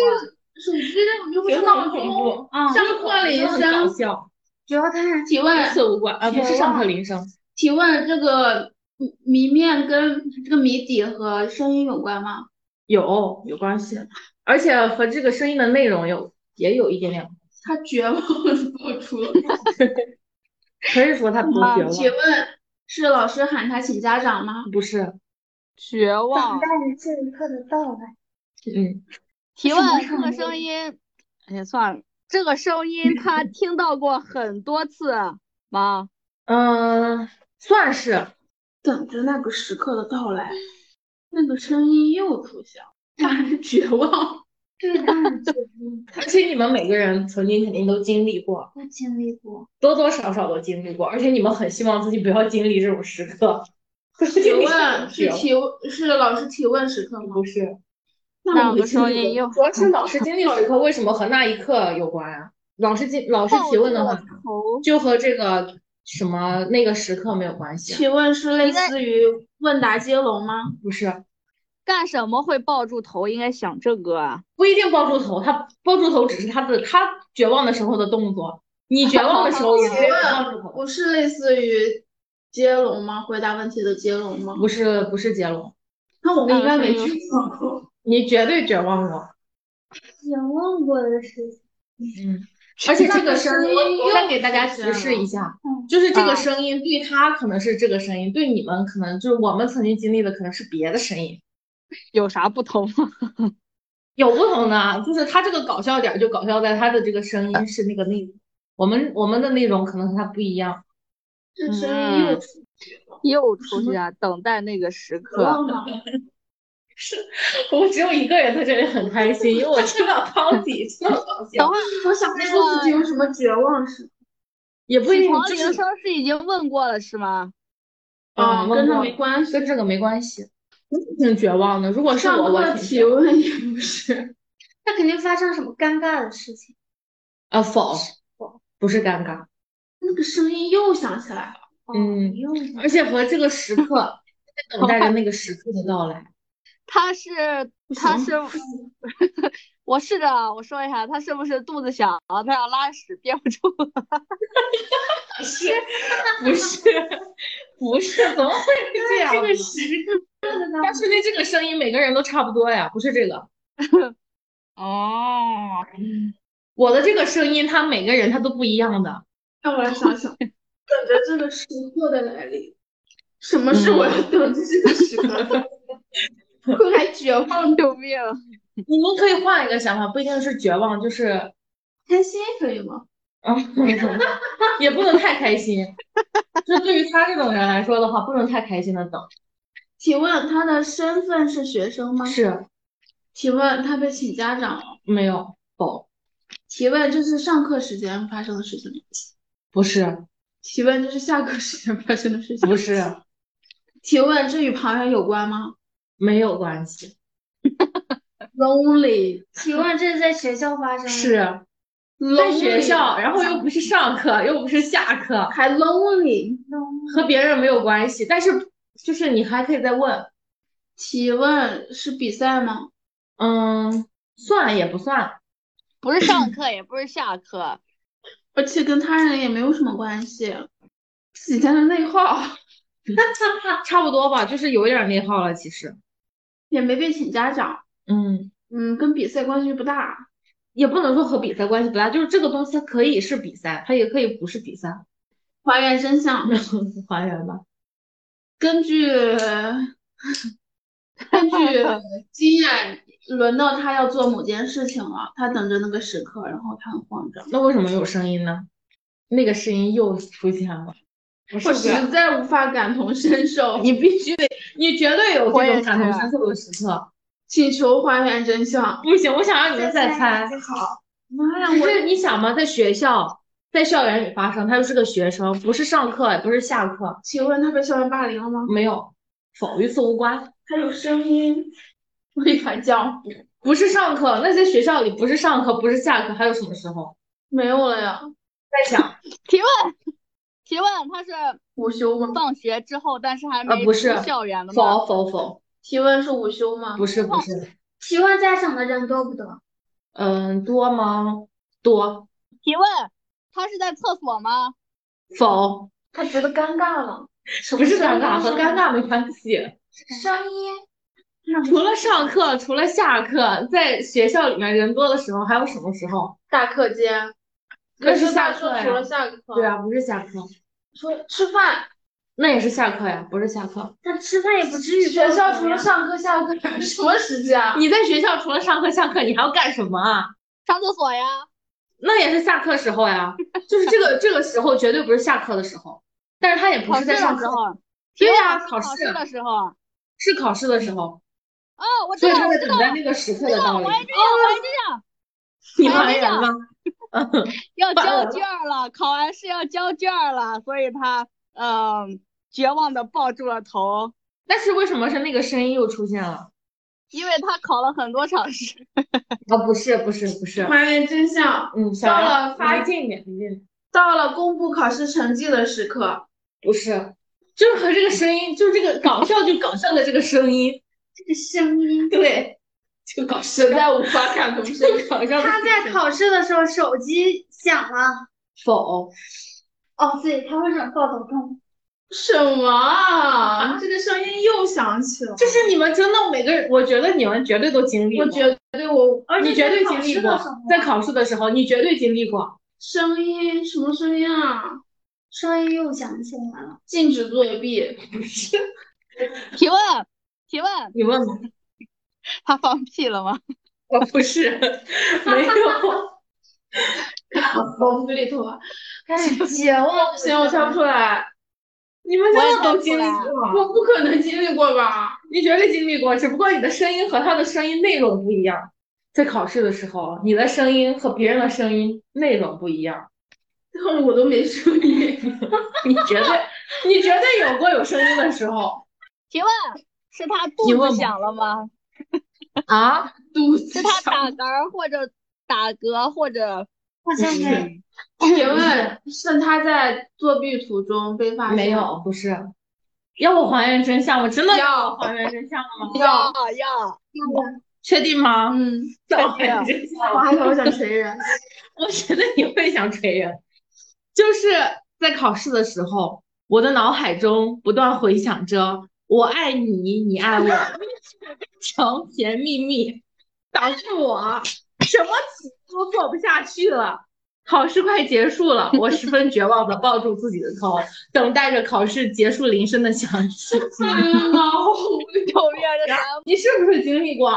[SPEAKER 4] 又不
[SPEAKER 3] 觉
[SPEAKER 4] 是
[SPEAKER 3] 得
[SPEAKER 4] 闹
[SPEAKER 3] 很恐
[SPEAKER 4] 钟，
[SPEAKER 3] 怖。
[SPEAKER 5] 啊，
[SPEAKER 4] 上课铃
[SPEAKER 3] 搞
[SPEAKER 4] 声。
[SPEAKER 3] 笑，
[SPEAKER 5] 主要他是
[SPEAKER 4] 提
[SPEAKER 3] 与
[SPEAKER 4] 问，
[SPEAKER 3] 此无关啊，不是上课铃声，
[SPEAKER 4] 提问这个谜谜面跟这个谜底和声音有关吗？
[SPEAKER 3] 有有关系，而且和这个声音的内容有也有一点点，
[SPEAKER 4] 他绝望的抱 出了。
[SPEAKER 3] 可以说他不
[SPEAKER 6] 妈
[SPEAKER 3] 绝
[SPEAKER 6] 呀
[SPEAKER 4] 嗯
[SPEAKER 3] 望，
[SPEAKER 4] 提问是老师喊他请家长吗？
[SPEAKER 3] 不是
[SPEAKER 6] 绝
[SPEAKER 5] 等
[SPEAKER 6] 望。
[SPEAKER 5] 待这一刻的到来。
[SPEAKER 3] 嗯，
[SPEAKER 6] 提问
[SPEAKER 5] 什
[SPEAKER 6] 这
[SPEAKER 5] 么
[SPEAKER 6] 个
[SPEAKER 5] 声
[SPEAKER 6] 声音，哎呀，算了，这个声音他听到过很多次吗？
[SPEAKER 3] 嗯，算是
[SPEAKER 4] 等着那个时刻的到来，嗯那个声音又出现了，他还是绝望。
[SPEAKER 5] 对，
[SPEAKER 4] 啊
[SPEAKER 5] 当然经
[SPEAKER 3] 而且你们每个人曾经肯定都经历过，
[SPEAKER 5] 都经历过，
[SPEAKER 3] 多多少少都经历过，而且你们很希望自己不要经历这种时刻。
[SPEAKER 4] 提
[SPEAKER 3] 请
[SPEAKER 4] 问啊是提是老师提问时刻吗？
[SPEAKER 3] 不是？
[SPEAKER 4] 那
[SPEAKER 6] 那
[SPEAKER 4] 我
[SPEAKER 6] 个
[SPEAKER 4] 们
[SPEAKER 6] 声
[SPEAKER 4] 经历
[SPEAKER 6] 音又
[SPEAKER 4] 过
[SPEAKER 3] 主要是老师经历时刻为什么和那一刻有关啊？老师经老师
[SPEAKER 6] 抱
[SPEAKER 3] 提问的
[SPEAKER 6] 着
[SPEAKER 3] 话，
[SPEAKER 6] 头，
[SPEAKER 3] 就和这个什么那个时刻没有关系啊，
[SPEAKER 4] 提问是类似于问答接龙吗？
[SPEAKER 3] 不是
[SPEAKER 6] 干什么会抱住头？应该想这个啊。
[SPEAKER 3] 不一定抱住头，他抱住头只是他的他绝望的时候的动作，你绝望的时 候也没有抱住头，
[SPEAKER 4] 不是类似于接龙吗？回答问题的接龙吗？
[SPEAKER 3] 不是不是接龙，
[SPEAKER 4] 那我们应该没
[SPEAKER 6] 嗯
[SPEAKER 4] 去过过。
[SPEAKER 3] 你绝对绝望过，
[SPEAKER 5] 也忘过的事情。
[SPEAKER 3] 嗯，而且这个声音
[SPEAKER 4] 我
[SPEAKER 3] 又
[SPEAKER 4] 我
[SPEAKER 3] 再给大家啊提示一下，就是这个声音对他可能是这个声音，对你们可能就是我们曾经经历的可能是别的声音。
[SPEAKER 6] 有啥不同吗？
[SPEAKER 3] 有不同的啊，就是他这个搞笑点儿就搞笑在他的这个声音是那个内容，我们我们的内容可能和他不一样。
[SPEAKER 4] 这声音又
[SPEAKER 6] 嗯
[SPEAKER 4] 出
[SPEAKER 6] 又出现啊，等待那个时
[SPEAKER 4] 绝
[SPEAKER 6] 刻。
[SPEAKER 4] 望吗？
[SPEAKER 3] 我只有一个人在这里很开心，因为我知道汤底这么搞
[SPEAKER 6] 等
[SPEAKER 3] 笑，
[SPEAKER 6] 会儿，
[SPEAKER 4] 我想不出自己有什么绝望时刻
[SPEAKER 3] 也不一
[SPEAKER 6] 起
[SPEAKER 3] 定
[SPEAKER 6] 床
[SPEAKER 3] 就
[SPEAKER 6] 铃
[SPEAKER 3] 是
[SPEAKER 6] 声是已经问过了是吗？
[SPEAKER 4] 啊，
[SPEAKER 3] 问
[SPEAKER 4] 跟他
[SPEAKER 3] 过
[SPEAKER 4] 没关系。
[SPEAKER 3] 跟这个没关系，挺绝望的。如果是
[SPEAKER 4] 上
[SPEAKER 3] 我，我
[SPEAKER 4] 课
[SPEAKER 3] 挺
[SPEAKER 4] 提问也不是，
[SPEAKER 5] 那肯定发生什么尴尬的事情。
[SPEAKER 3] 啊否，不是尴尬，
[SPEAKER 4] 那个声音又响起来了。
[SPEAKER 5] 哦
[SPEAKER 3] 嗯
[SPEAKER 5] 又是
[SPEAKER 3] 而且和这个时刻在等待着那个时刻的 到来。
[SPEAKER 6] 他是他
[SPEAKER 4] 行
[SPEAKER 6] 是， 我试着我说一下，他是不是肚子响了，他要拉屎憋不住 了？
[SPEAKER 3] 是，不是，不是，怎么会是这 样？这个时刻的但是对这个声音，每个人都差不多呀，不是这个。
[SPEAKER 6] 哦，
[SPEAKER 3] 我的这个声音，他每个人他都不一样 的。
[SPEAKER 4] 让我来想 想，等着这个时刻的来临。什么
[SPEAKER 3] 嗯
[SPEAKER 4] 是我要等着这个时刻的？ 会来绝望，
[SPEAKER 6] 哦救命！
[SPEAKER 3] 你们可以换一个想法，不一定是绝望，就是
[SPEAKER 4] 开心可以吗？
[SPEAKER 3] 啊，也不能太开心。就对于他这种人来说的话，不能太开心的等。
[SPEAKER 4] 提问他的身份是学生吗？
[SPEAKER 3] 是，
[SPEAKER 4] 提问他被请家长了。
[SPEAKER 3] 没有，否，
[SPEAKER 4] 提问这是上课时间发生的事情吗？
[SPEAKER 3] 不是，
[SPEAKER 4] 提问这是下课时间发生的事情吗？
[SPEAKER 3] 不是，
[SPEAKER 4] 提问这与旁人有关吗
[SPEAKER 3] 没有关 系，
[SPEAKER 4] ？Lonely
[SPEAKER 5] 提问这是在学校发生
[SPEAKER 3] 嗯
[SPEAKER 5] 的，
[SPEAKER 3] 是在
[SPEAKER 4] lonely
[SPEAKER 3] 学校，然后又不是上课，又不是下课，
[SPEAKER 4] 还 lonely。
[SPEAKER 3] 和别人没有关系，但是就是你还可以再问，
[SPEAKER 4] 提问是比赛吗？
[SPEAKER 3] 嗯，算也不算，
[SPEAKER 6] 不是上课，也不是下课，
[SPEAKER 4] 而且跟他人也没有什么关系，自己在那内耗，
[SPEAKER 3] 差不多吧，就是有一点内耗了，其实，
[SPEAKER 4] 也没被请家长，
[SPEAKER 3] 嗯，
[SPEAKER 4] 嗯，跟比赛关系不大。
[SPEAKER 3] 也不能说和比赛关系不大，就是这个东西它可以是比赛，它也可以不是比赛，
[SPEAKER 4] 还原真相，
[SPEAKER 3] 还原吧，
[SPEAKER 4] 根据根据经验，轮到他要做某件事情了，他等着那个时刻，然后他很慌张。
[SPEAKER 3] 那为什么有声音呢？那个声音又出现了，我受
[SPEAKER 4] 我
[SPEAKER 3] 不
[SPEAKER 4] 实
[SPEAKER 3] 了，
[SPEAKER 4] 在无法感同身受，
[SPEAKER 3] 你必须得，你绝对有
[SPEAKER 6] 我
[SPEAKER 3] 这
[SPEAKER 6] 也
[SPEAKER 3] 种感同
[SPEAKER 6] 是
[SPEAKER 3] 身受的时刻，
[SPEAKER 4] 请求还原真相。
[SPEAKER 3] 不行，我想让你们再
[SPEAKER 5] 再
[SPEAKER 3] 猜。
[SPEAKER 5] 好，
[SPEAKER 4] 妈呀，
[SPEAKER 3] 可
[SPEAKER 4] 我
[SPEAKER 3] 是你想嘛，在学校，在校园里发生，他又是个学生，不是上课，也不是下课，
[SPEAKER 4] 请问他被校园霸凌了吗？
[SPEAKER 3] 没有，否，与此无关，
[SPEAKER 4] 他有声音，违反江湖，
[SPEAKER 3] 不是上课。那在学校里，不是上课，不是下课，还有什么时候？
[SPEAKER 4] 没有了呀，
[SPEAKER 3] 在想，
[SPEAKER 6] 提问他是
[SPEAKER 4] 午休吗？
[SPEAKER 6] 放学之后，但是还
[SPEAKER 3] 呃
[SPEAKER 6] 没
[SPEAKER 3] 不
[SPEAKER 6] 出
[SPEAKER 3] 是
[SPEAKER 6] 校园的吗？
[SPEAKER 3] 否否否，
[SPEAKER 4] 提问是午休吗？
[SPEAKER 3] 不是不是，
[SPEAKER 5] 提问在场的人多不多？
[SPEAKER 3] 嗯，多吗？多，
[SPEAKER 6] 提问他是在厕所吗？
[SPEAKER 3] 否，
[SPEAKER 5] 他觉得尴尬了，
[SPEAKER 3] 不是尴尬，和尴尬没关系。
[SPEAKER 5] 声音
[SPEAKER 3] 除了上课，除了下课，在学校里面人多的时候，还有什么时候？
[SPEAKER 4] 大课间，
[SPEAKER 3] 那是
[SPEAKER 4] 大
[SPEAKER 3] 下课
[SPEAKER 4] 说
[SPEAKER 3] 呀
[SPEAKER 4] 除了下课，
[SPEAKER 3] 对啊，不是下课。
[SPEAKER 4] 说吃饭，
[SPEAKER 3] 那也是下课呀，不是下课。
[SPEAKER 5] 但吃饭也不至于
[SPEAKER 2] 学
[SPEAKER 5] 放
[SPEAKER 2] 校
[SPEAKER 5] 手
[SPEAKER 2] 除了
[SPEAKER 5] 呀
[SPEAKER 2] 上课下课有什么时间啊？
[SPEAKER 3] 你在学校除了上课下课，你还要干什么啊？
[SPEAKER 6] 上厕所呀。
[SPEAKER 3] 那也是下课时候呀，就是这个这个时候绝对不是下课的时候，但是他也不
[SPEAKER 6] 考
[SPEAKER 3] 是
[SPEAKER 6] 试
[SPEAKER 3] 在
[SPEAKER 6] 的
[SPEAKER 3] 上
[SPEAKER 6] 时
[SPEAKER 3] 课，
[SPEAKER 6] 候，没
[SPEAKER 3] 对
[SPEAKER 6] 有
[SPEAKER 3] 呀、
[SPEAKER 6] 考
[SPEAKER 3] 考
[SPEAKER 6] 试考试的时候。
[SPEAKER 3] 是考试的时候，
[SPEAKER 6] 哦，我知
[SPEAKER 3] 所以
[SPEAKER 6] 道，
[SPEAKER 3] 他
[SPEAKER 6] 我
[SPEAKER 3] 会
[SPEAKER 6] 知道
[SPEAKER 3] 等
[SPEAKER 6] 了，哦
[SPEAKER 3] 待那个时刻
[SPEAKER 6] 知
[SPEAKER 3] 的
[SPEAKER 6] 道，
[SPEAKER 3] 到
[SPEAKER 6] 我
[SPEAKER 3] 来。
[SPEAKER 6] 还这样，我还这样，
[SPEAKER 3] 你
[SPEAKER 6] 还
[SPEAKER 3] 还
[SPEAKER 6] 这
[SPEAKER 3] 原
[SPEAKER 6] 样
[SPEAKER 3] 吗？
[SPEAKER 6] 要
[SPEAKER 3] 完
[SPEAKER 6] 交
[SPEAKER 3] 了
[SPEAKER 6] 卷儿了，考完试要交卷儿了，所以他嗯、绝望的抱住了头，
[SPEAKER 3] 但是为什么是那个声音又出现了？
[SPEAKER 6] 因为他考了很多场试。
[SPEAKER 3] 啊，不是不是不是，
[SPEAKER 2] 还原真相。
[SPEAKER 3] 嗯，小
[SPEAKER 2] 到
[SPEAKER 3] 杨
[SPEAKER 2] 了发
[SPEAKER 3] 离近一点，离近一点。
[SPEAKER 2] 到了公布考试成绩的时 刻，
[SPEAKER 3] 不是，就是和这个声音，就是这个搞笑就搞笑的这个声音，
[SPEAKER 5] 这个声音。
[SPEAKER 3] 对，就搞笑
[SPEAKER 2] 实在无法感同身受。
[SPEAKER 3] 搞笑的
[SPEAKER 5] 他在考试的时候手机响了，
[SPEAKER 3] 否？
[SPEAKER 5] 哦，对，他为什么抱头痛？
[SPEAKER 2] 什么啊？这个声音又响起了。
[SPEAKER 3] 就是你们真的每个人，我觉得你们绝对都经历过，
[SPEAKER 2] 我绝对我
[SPEAKER 5] 而且
[SPEAKER 3] 你绝对
[SPEAKER 5] 在考
[SPEAKER 3] 经历
[SPEAKER 5] 试的
[SPEAKER 3] 过
[SPEAKER 5] 时候，
[SPEAKER 3] 在考试的时候，你绝对经历过。
[SPEAKER 2] 啊声音什么声音啊？
[SPEAKER 5] 声音又响起来了。
[SPEAKER 2] 禁止作弊。
[SPEAKER 6] 提问，提问，
[SPEAKER 3] 你问吧，
[SPEAKER 6] 他放屁了吗？
[SPEAKER 3] 我不是，没有，
[SPEAKER 2] 我无厘头啊！
[SPEAKER 5] 绝望，
[SPEAKER 2] 不行，我猜不出来，
[SPEAKER 3] 你们
[SPEAKER 6] 我也
[SPEAKER 3] 真的
[SPEAKER 6] 猜不
[SPEAKER 3] 都经历
[SPEAKER 6] 出来
[SPEAKER 3] 过，
[SPEAKER 2] 我不可能经历过吧？
[SPEAKER 3] 你绝对经历过，只不过你的声音和他的声音内容不一样。在考试的时候，你的声音和别人的声音内容不一样，
[SPEAKER 2] 最后我都没注意。
[SPEAKER 3] 你绝对，你绝对有过有声音的时候
[SPEAKER 6] 提问，是他肚
[SPEAKER 3] 你
[SPEAKER 6] 子
[SPEAKER 3] 问吧
[SPEAKER 6] 响了吗？
[SPEAKER 3] 啊。
[SPEAKER 2] 肚子
[SPEAKER 6] 是他打嗝儿或者打嗝或者
[SPEAKER 5] 好 像没。
[SPEAKER 2] 请问是他在作弊途中被发现？
[SPEAKER 3] 没有，不是。要我还原真相吗？真的
[SPEAKER 2] 要
[SPEAKER 3] 我还原真 相吗？
[SPEAKER 2] 要，
[SPEAKER 6] 要
[SPEAKER 3] 确定吗？
[SPEAKER 2] 嗯，
[SPEAKER 3] 要还原真相，
[SPEAKER 2] 我还以为我想锤人。
[SPEAKER 3] 我觉得你会想锤人。就是在考试的时候，我的脑海中不断回响着“我爱你，你爱我”， 成甜蜜蜜，挡住我，什么题都做不下去了。考试快结束了，我十分绝望的抱住自己的头，等待着考试结束铃声的响起。
[SPEAKER 2] 天呐，好无聊
[SPEAKER 6] 有病这男
[SPEAKER 3] 你是不是经历 过？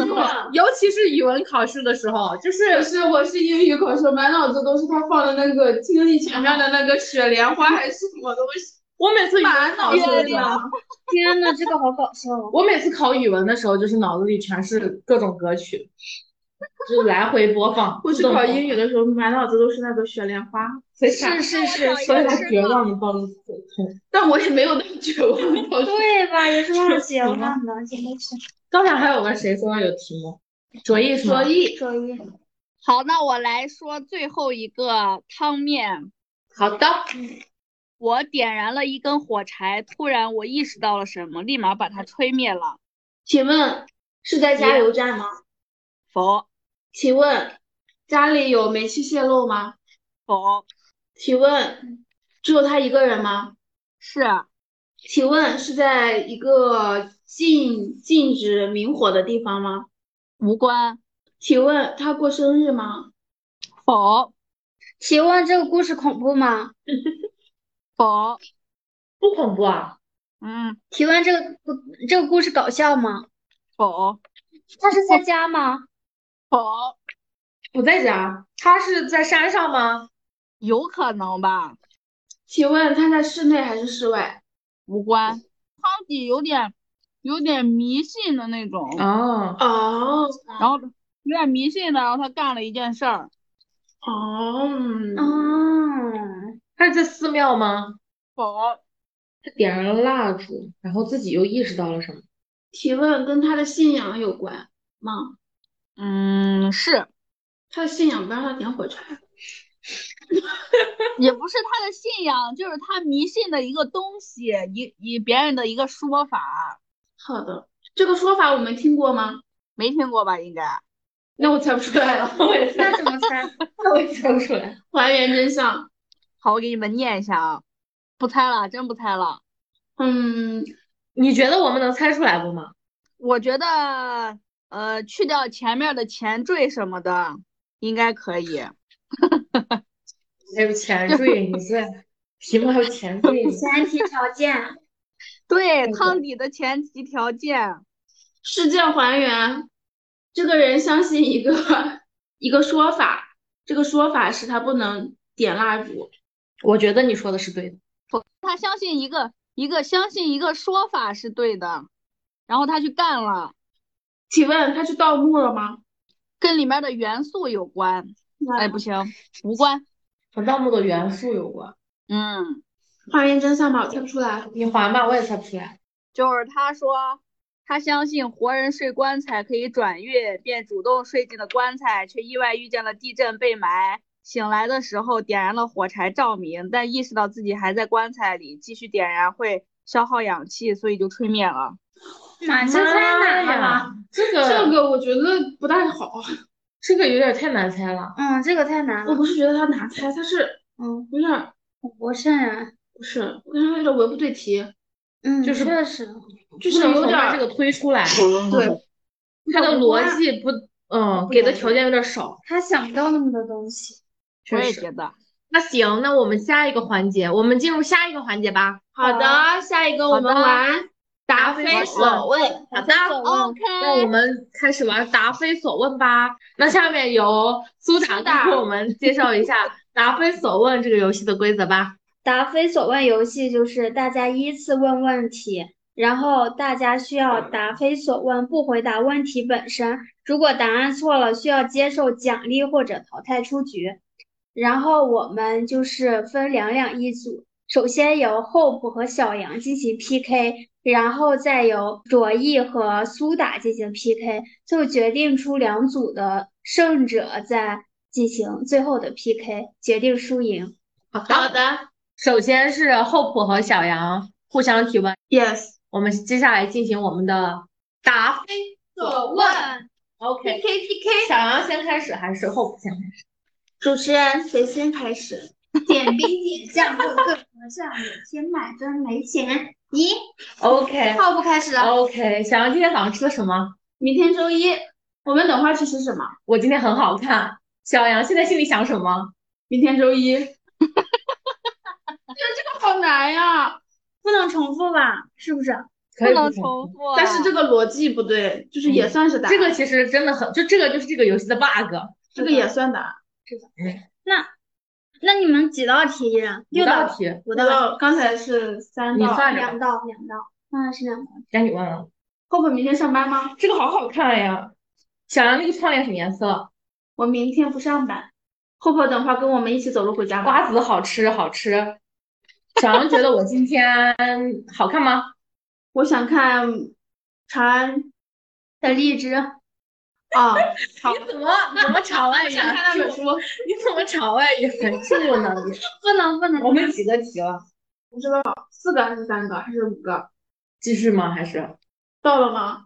[SPEAKER 3] 尤其是语文考试的时候，就是
[SPEAKER 2] 我是我是英语口试，满脑子都是他放的那个听力前面的那个雪莲花还是什么东西，
[SPEAKER 3] 我每次语文
[SPEAKER 2] 满
[SPEAKER 3] 考
[SPEAKER 2] 脑
[SPEAKER 3] 试
[SPEAKER 2] 子
[SPEAKER 6] 月
[SPEAKER 3] 的时
[SPEAKER 6] 亮
[SPEAKER 3] 候，
[SPEAKER 2] 的。
[SPEAKER 5] 天呐，这个好搞笑哦！
[SPEAKER 3] 我每次考语文的时候，就是脑子里全是各种歌曲，就来回播放。
[SPEAKER 2] 我去考英语的时候，满脑子都是那个雪莲花，
[SPEAKER 3] 是
[SPEAKER 5] 是是是，
[SPEAKER 6] 是
[SPEAKER 3] 所以他
[SPEAKER 6] 是
[SPEAKER 3] 绝
[SPEAKER 6] 的
[SPEAKER 3] 望的抱住自己的头。
[SPEAKER 2] 但我也没有那么绝望。我说
[SPEAKER 5] 对吧？也是让绝
[SPEAKER 3] 你呢
[SPEAKER 5] 望的，真的是。
[SPEAKER 3] 刚才还有个谁说有题目？卓艺是吗？
[SPEAKER 2] 所以
[SPEAKER 5] 所以，
[SPEAKER 6] 好，那我来说最后一个汤面。
[SPEAKER 3] 好的，
[SPEAKER 6] 我点燃了一根火柴，突然我意识到了什么，立马把它吹灭了。
[SPEAKER 4] 请问是在加油站吗？
[SPEAKER 6] 否
[SPEAKER 4] 提问，
[SPEAKER 2] 家里有煤气泄漏吗？
[SPEAKER 6] 否
[SPEAKER 4] 提问，只有他一个人吗？
[SPEAKER 6] 是
[SPEAKER 4] 提问是在一个禁禁止明火的地方吗？
[SPEAKER 6] 无关。
[SPEAKER 4] 提问他过生日吗？
[SPEAKER 6] 否
[SPEAKER 5] 提问这个故事恐怖吗？
[SPEAKER 6] 否
[SPEAKER 3] 不恐怖啊，
[SPEAKER 6] 嗯
[SPEAKER 5] 提问这个故这个故事搞笑吗？
[SPEAKER 6] 否
[SPEAKER 5] 他是在家吗？
[SPEAKER 6] 否
[SPEAKER 3] 不在家，他是在山上吗？
[SPEAKER 6] 有可能吧，
[SPEAKER 2] 提问他在室内还是室外？
[SPEAKER 6] 无关。汤底有点有点迷信的那种，
[SPEAKER 3] 哦，
[SPEAKER 2] 哦
[SPEAKER 6] 然后有点迷信的，然后他干了一件事儿，
[SPEAKER 2] 哦，嗯
[SPEAKER 5] 哦，
[SPEAKER 3] 他是在寺庙吗？
[SPEAKER 6] 否
[SPEAKER 3] 他点燃了蜡烛，然后自己又意识到了什么？
[SPEAKER 2] 提问跟他的信仰有关吗？
[SPEAKER 6] 嗯是，
[SPEAKER 2] 他的信仰不让他点火柴。
[SPEAKER 6] 也不是他的信仰，就是他迷信的一个东西，以以别人的一个说法，
[SPEAKER 2] 好的，这个说法我们听过吗？
[SPEAKER 6] 没听过吧？应该
[SPEAKER 2] 那我猜不出来了，
[SPEAKER 3] 我也猜，
[SPEAKER 5] 那怎么猜？
[SPEAKER 3] 我也猜不出来。
[SPEAKER 2] 还原真相。
[SPEAKER 6] 好，我给你们念一下啊，不猜了，真不猜了。
[SPEAKER 2] 嗯，
[SPEAKER 3] 你觉得我们能猜出来不吗？
[SPEAKER 6] 我觉得，呃，去掉前面的前缀什么的，应该可以。
[SPEAKER 3] 还有前缀，你是题目还有前缀呢，
[SPEAKER 5] 前提条 件，
[SPEAKER 6] 对，汤底的前提条件，
[SPEAKER 2] 事件还原，这个人相信一个一个说法，这个说法是他不能点蜡烛。
[SPEAKER 3] 我觉得你说的是对的。
[SPEAKER 6] 他相信一个一个相信一个说法是对的，然后他去干了，
[SPEAKER 2] 请问他去盗墓了吗？
[SPEAKER 6] 跟里面的元素有关。哎，不行，无关。
[SPEAKER 3] 和盗墓的元素有关。
[SPEAKER 6] 嗯，
[SPEAKER 2] 还原真相吧，我猜不出来。
[SPEAKER 3] 你还吧，我也猜不出来。
[SPEAKER 6] 就是他说他相信活人睡棺材可以转运，便主动睡进了棺材，却意外遇见了地震被埋。醒来的时候点燃了火柴照明，但意识到自己还在棺材里，继续点燃会消耗氧气，所以就吹灭了。
[SPEAKER 5] 哪就在哪
[SPEAKER 3] 妈
[SPEAKER 5] 呀？
[SPEAKER 3] 呀？这个
[SPEAKER 2] 这个我觉得不大好，
[SPEAKER 3] 这个有点太难猜了。
[SPEAKER 5] 嗯，这个太难
[SPEAKER 2] 我
[SPEAKER 5] 了。
[SPEAKER 2] 不是觉得他难猜，他是
[SPEAKER 5] 嗯，
[SPEAKER 2] 有点儿
[SPEAKER 5] 不甚然。
[SPEAKER 2] 不是，我感觉他有点文不对题，
[SPEAKER 5] 嗯，
[SPEAKER 3] 就是
[SPEAKER 5] 确实，
[SPEAKER 2] 就是
[SPEAKER 3] 不能
[SPEAKER 2] 有
[SPEAKER 3] 从
[SPEAKER 2] 点
[SPEAKER 3] 他这
[SPEAKER 2] 儿
[SPEAKER 3] 个推出来，
[SPEAKER 2] 对，
[SPEAKER 3] 他的逻
[SPEAKER 2] 辑
[SPEAKER 3] 辑不，嗯，给的条件有点少。
[SPEAKER 5] 他想不到那么多东西。
[SPEAKER 6] 我
[SPEAKER 3] 确
[SPEAKER 6] 也
[SPEAKER 3] 实
[SPEAKER 6] 觉得。
[SPEAKER 3] 那行，那我们下一个环节，我们进入下一个环节吧。
[SPEAKER 2] 好的，下一个我们
[SPEAKER 6] 好的
[SPEAKER 2] 玩答非
[SPEAKER 3] 非
[SPEAKER 2] 所
[SPEAKER 3] 所
[SPEAKER 2] 问。
[SPEAKER 3] 嗯好的，哦
[SPEAKER 6] 哦 OK，
[SPEAKER 3] 那我们开始玩答非所问吧。那下面由苏
[SPEAKER 2] 苏
[SPEAKER 3] 打
[SPEAKER 2] 打
[SPEAKER 3] 给我们介绍一 下答非所问这个游戏的规则吧。
[SPEAKER 5] 答非所问游戏就是大家依次问问题，然后大家需要答非所问，不回答问题本身。如果答案错了，需要接受奖励或者淘汰出局。然后我们就是分两两一组，首先由 Hope 和小杨进行 PK，然后再由卓毅和苏打进行 PK，最后决定出两组的胜者，再进行最后的 PK，决定输赢。
[SPEAKER 3] 好
[SPEAKER 2] 好的
[SPEAKER 3] 首先是 Hope 和小杨互相提问，
[SPEAKER 2] ，yes，
[SPEAKER 3] 我们接下来进行我们的答非所问。OK，
[SPEAKER 2] PK
[SPEAKER 3] 小杨先开始还是 Hope 先开始？
[SPEAKER 4] 主持人谁先开始？
[SPEAKER 5] 点兵点将，各个和尚，每天买针没钱。咦，
[SPEAKER 3] OK
[SPEAKER 5] 号不开始
[SPEAKER 6] 啊
[SPEAKER 5] 了。
[SPEAKER 3] OK，小杨今天早上吃了什么？
[SPEAKER 2] 明天周一，我们等会儿去吃什么？
[SPEAKER 3] 我今天很好看。小杨现在心里想什么？
[SPEAKER 2] 明天周一。这这个好难呀，
[SPEAKER 5] 不能重复吧？是不是？
[SPEAKER 3] 可
[SPEAKER 6] 不
[SPEAKER 3] 以
[SPEAKER 6] 能
[SPEAKER 3] 重
[SPEAKER 6] 重复。
[SPEAKER 2] 但是这个逻辑不对，就是
[SPEAKER 3] 嗯
[SPEAKER 2] 也算是答案，
[SPEAKER 3] 这个其实真的很，就这个就是这个游戏的 bug。
[SPEAKER 2] 这个也算答案。
[SPEAKER 5] 那你们几道题呀？
[SPEAKER 3] 五
[SPEAKER 5] 六
[SPEAKER 3] 道
[SPEAKER 5] 道，
[SPEAKER 3] 题，
[SPEAKER 5] 五
[SPEAKER 2] 我
[SPEAKER 5] 道，
[SPEAKER 2] 到刚才是三
[SPEAKER 3] 你
[SPEAKER 2] 道，
[SPEAKER 3] 算
[SPEAKER 5] 两
[SPEAKER 3] 着，
[SPEAKER 5] 道，两道，嗯，是两道。
[SPEAKER 3] 该你问了。
[SPEAKER 2] 后面明天上班吗？
[SPEAKER 3] 这个好好看呀！小杨那个窗帘什么颜色？
[SPEAKER 2] 我明天不上班。后婆，等会儿跟我们一起走路回家吧。
[SPEAKER 3] 瓜子好吃，好吃。小杨觉得我今天好看吗？
[SPEAKER 2] 我想看长安
[SPEAKER 5] 的荔枝，
[SPEAKER 2] 啊，
[SPEAKER 6] 好
[SPEAKER 3] 你怎么你怎么朝外
[SPEAKER 2] 我
[SPEAKER 3] 语？
[SPEAKER 2] 想看那本书。
[SPEAKER 3] 你怎么朝外语？很注呢？你
[SPEAKER 5] 不能不能。
[SPEAKER 3] 我们几个题了？
[SPEAKER 2] 四个还是三个还是五个？
[SPEAKER 3] 继续吗？还是
[SPEAKER 2] 到了吗？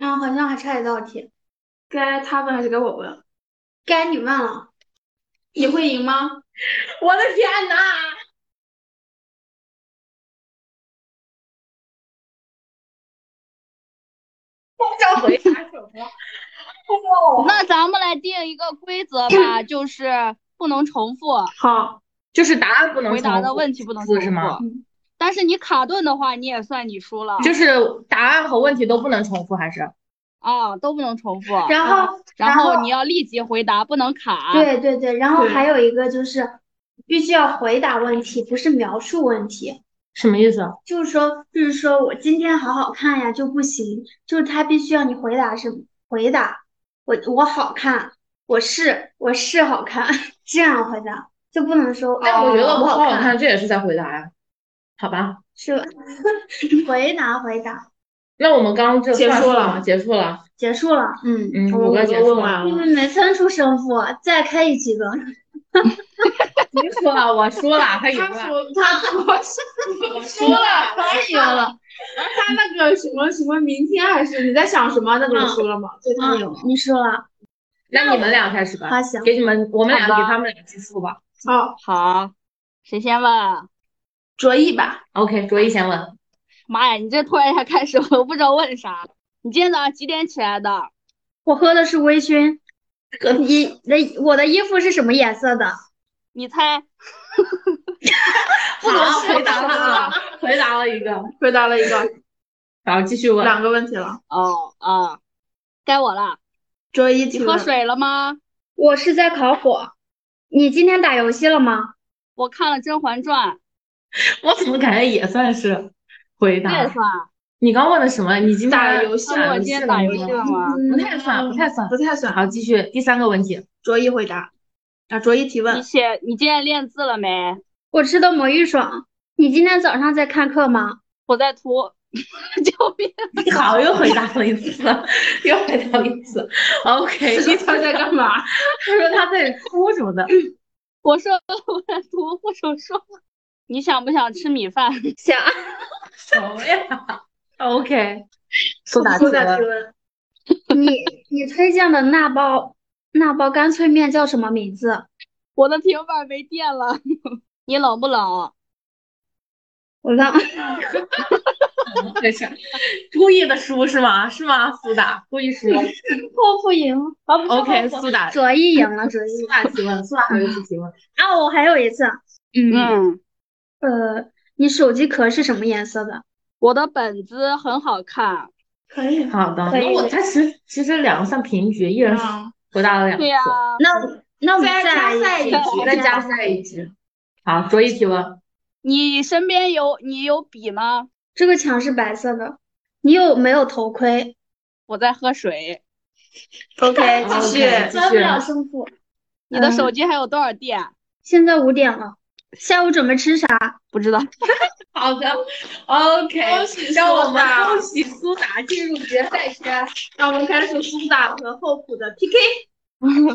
[SPEAKER 5] 嗯，好像还差一道题，
[SPEAKER 2] 该他问还是该我问？
[SPEAKER 5] 该你问了。
[SPEAKER 2] 你会赢吗？
[SPEAKER 3] 我的天哪！不知道回答 什么。
[SPEAKER 6] 那咱们来定一个规则 吧，就是不能重复，
[SPEAKER 2] 好，
[SPEAKER 3] 就是答案不能
[SPEAKER 6] 回答
[SPEAKER 3] 重
[SPEAKER 6] 的
[SPEAKER 3] 复
[SPEAKER 6] 问题不能重复
[SPEAKER 3] 是吗？
[SPEAKER 6] 但是你卡顿的话，你也算你输了。
[SPEAKER 3] 就是答案和问题都不能重复，还是
[SPEAKER 6] 啊，都不能重复。
[SPEAKER 5] 然后，
[SPEAKER 6] 然
[SPEAKER 5] 后
[SPEAKER 6] 后你要立即回答，不能卡。，
[SPEAKER 5] 对对对，然后
[SPEAKER 2] 对
[SPEAKER 5] 还有一个就是，必须要回答问题，不是描述问题。
[SPEAKER 3] 什么意思？
[SPEAKER 5] 就是说，就是说我今天好好看呀就不行，就是他必须要你回答什么？回答我我好看，我是我是好看， 这样回答就不能说
[SPEAKER 3] 但哎我觉得
[SPEAKER 5] 哦
[SPEAKER 3] 我
[SPEAKER 5] 好
[SPEAKER 3] 好好
[SPEAKER 5] 看，
[SPEAKER 3] 看，这也是在回答呀。好吧，
[SPEAKER 5] 是吧？ 回答回答，
[SPEAKER 3] 那我们刚刚这
[SPEAKER 2] 结
[SPEAKER 3] 算
[SPEAKER 2] 束
[SPEAKER 3] 数
[SPEAKER 2] 了
[SPEAKER 3] 吗？结束了，
[SPEAKER 5] 结束了，嗯，
[SPEAKER 3] 嗯，
[SPEAKER 2] 我
[SPEAKER 3] 五个
[SPEAKER 2] 们
[SPEAKER 3] 结
[SPEAKER 2] 都
[SPEAKER 3] 束了，
[SPEAKER 2] 问完
[SPEAKER 5] 你
[SPEAKER 2] 了。
[SPEAKER 5] 们没分出胜负，再开一 局吧。
[SPEAKER 3] 你输了，我输了，他赢
[SPEAKER 2] 他
[SPEAKER 3] 了，
[SPEAKER 2] 说他我是我输了，他赢了。他那个什么什么，明天还是你在想什么？那个我输了吗？对，他赢
[SPEAKER 5] 嗯
[SPEAKER 2] 了。，
[SPEAKER 5] 你输了，
[SPEAKER 3] 那你们俩开始吧，
[SPEAKER 5] 好行，
[SPEAKER 3] 给你们，我们俩
[SPEAKER 6] 好吧
[SPEAKER 3] 给他们俩计数吧。
[SPEAKER 2] 好，
[SPEAKER 6] 好，谁先问？
[SPEAKER 2] 卓毅吧。
[SPEAKER 3] OK，卓一先问，
[SPEAKER 6] 妈呀，你这突然一下开始，我不知道问啥。你今天早上几点起来的？
[SPEAKER 5] 我喝的是微醺。呃你的我的衣服是什么颜色的？
[SPEAKER 6] 你猜？
[SPEAKER 5] 不能
[SPEAKER 2] 好回答了啊，
[SPEAKER 3] 回答了一个，
[SPEAKER 2] 回答了一个，
[SPEAKER 3] 然后继续问。
[SPEAKER 2] 两个问题了。
[SPEAKER 6] 哦啊，该我了。
[SPEAKER 2] 周一
[SPEAKER 6] 你
[SPEAKER 2] 请
[SPEAKER 6] 喝水了吗？
[SPEAKER 5] 我是在烤火。你今天打游戏了吗？
[SPEAKER 6] 我看了《甄嬛传
[SPEAKER 3] 我怎么感觉也算是回》，
[SPEAKER 6] 这也
[SPEAKER 3] 答？
[SPEAKER 6] 算。
[SPEAKER 5] 啊
[SPEAKER 3] 你刚问的什么？你今天
[SPEAKER 2] 打游戏
[SPEAKER 6] 那我今天打游戏了吗？
[SPEAKER 3] 不
[SPEAKER 5] 嗯
[SPEAKER 3] 太啊算，不太算。
[SPEAKER 2] 嗯不太算。
[SPEAKER 3] 好，继续第三个问 题。
[SPEAKER 2] 卓一回答，啊，卓一提
[SPEAKER 6] 你
[SPEAKER 2] 问，
[SPEAKER 6] 写你今天练字了没？
[SPEAKER 5] 我吃的魔芋爽。你今天早上在看课吗？
[SPEAKER 6] 我在涂， 救命！
[SPEAKER 3] 好，又回答了一次，又回答了一次。OK，
[SPEAKER 2] 这个他在干嘛？
[SPEAKER 3] 他说他在哭什么 的。
[SPEAKER 6] 我说我在涂护手霜。你想不想吃米饭？
[SPEAKER 5] 想。
[SPEAKER 3] 什么呀？OK，苏打
[SPEAKER 2] 苏
[SPEAKER 3] 提
[SPEAKER 2] 打
[SPEAKER 3] 问
[SPEAKER 2] 提问，
[SPEAKER 5] 你你推荐的那包那包干脆面叫什么名字？
[SPEAKER 6] 我的平板没电了。 你冷不冷？
[SPEAKER 5] 我忘 了。
[SPEAKER 3] 怎么嗯 回事？故意的输是吗？是吗？苏打故意 输。
[SPEAKER 5] 我不赢，
[SPEAKER 6] 啊，不是
[SPEAKER 3] OK，
[SPEAKER 6] 我
[SPEAKER 3] 苏打 苏
[SPEAKER 5] 左一赢了，左一。
[SPEAKER 3] 打提问，苏打还有一次提问。
[SPEAKER 5] 啊，我还有一次。嗯，
[SPEAKER 6] 嗯，
[SPEAKER 5] 呃，你手机壳是什么颜色的？
[SPEAKER 6] 我的本子很好看。
[SPEAKER 2] 可以。
[SPEAKER 3] 好的，
[SPEAKER 5] 可以
[SPEAKER 3] 那我他其实其实两个算平局，一人
[SPEAKER 2] 嗯
[SPEAKER 3] 回答了两次
[SPEAKER 6] 对，呀、啊
[SPEAKER 5] 那那我们
[SPEAKER 2] 再加
[SPEAKER 5] 来
[SPEAKER 2] 赛
[SPEAKER 5] 一
[SPEAKER 2] 一
[SPEAKER 5] 局
[SPEAKER 2] 局，
[SPEAKER 3] 再加赛一局。好，卓一提问。
[SPEAKER 6] 你身边有你有笔吗？
[SPEAKER 5] 这个墙是白色的，你有没有头盔？
[SPEAKER 6] 我在喝水。
[SPEAKER 2] OK，继续。
[SPEAKER 3] OK，继
[SPEAKER 5] 算不
[SPEAKER 3] 续。
[SPEAKER 5] 了胜负。
[SPEAKER 6] 你的
[SPEAKER 5] 嗯
[SPEAKER 6] 手机还有多少电？
[SPEAKER 5] 现在五点了，下午准备吃啥？
[SPEAKER 6] 不知道。
[SPEAKER 3] 好的，OK，
[SPEAKER 2] 恭喜
[SPEAKER 3] 让我
[SPEAKER 2] 苏
[SPEAKER 3] 们
[SPEAKER 2] 打
[SPEAKER 3] 恭喜苏打进入决赛圈。
[SPEAKER 2] 让我们开始苏打和厚朴的 PK，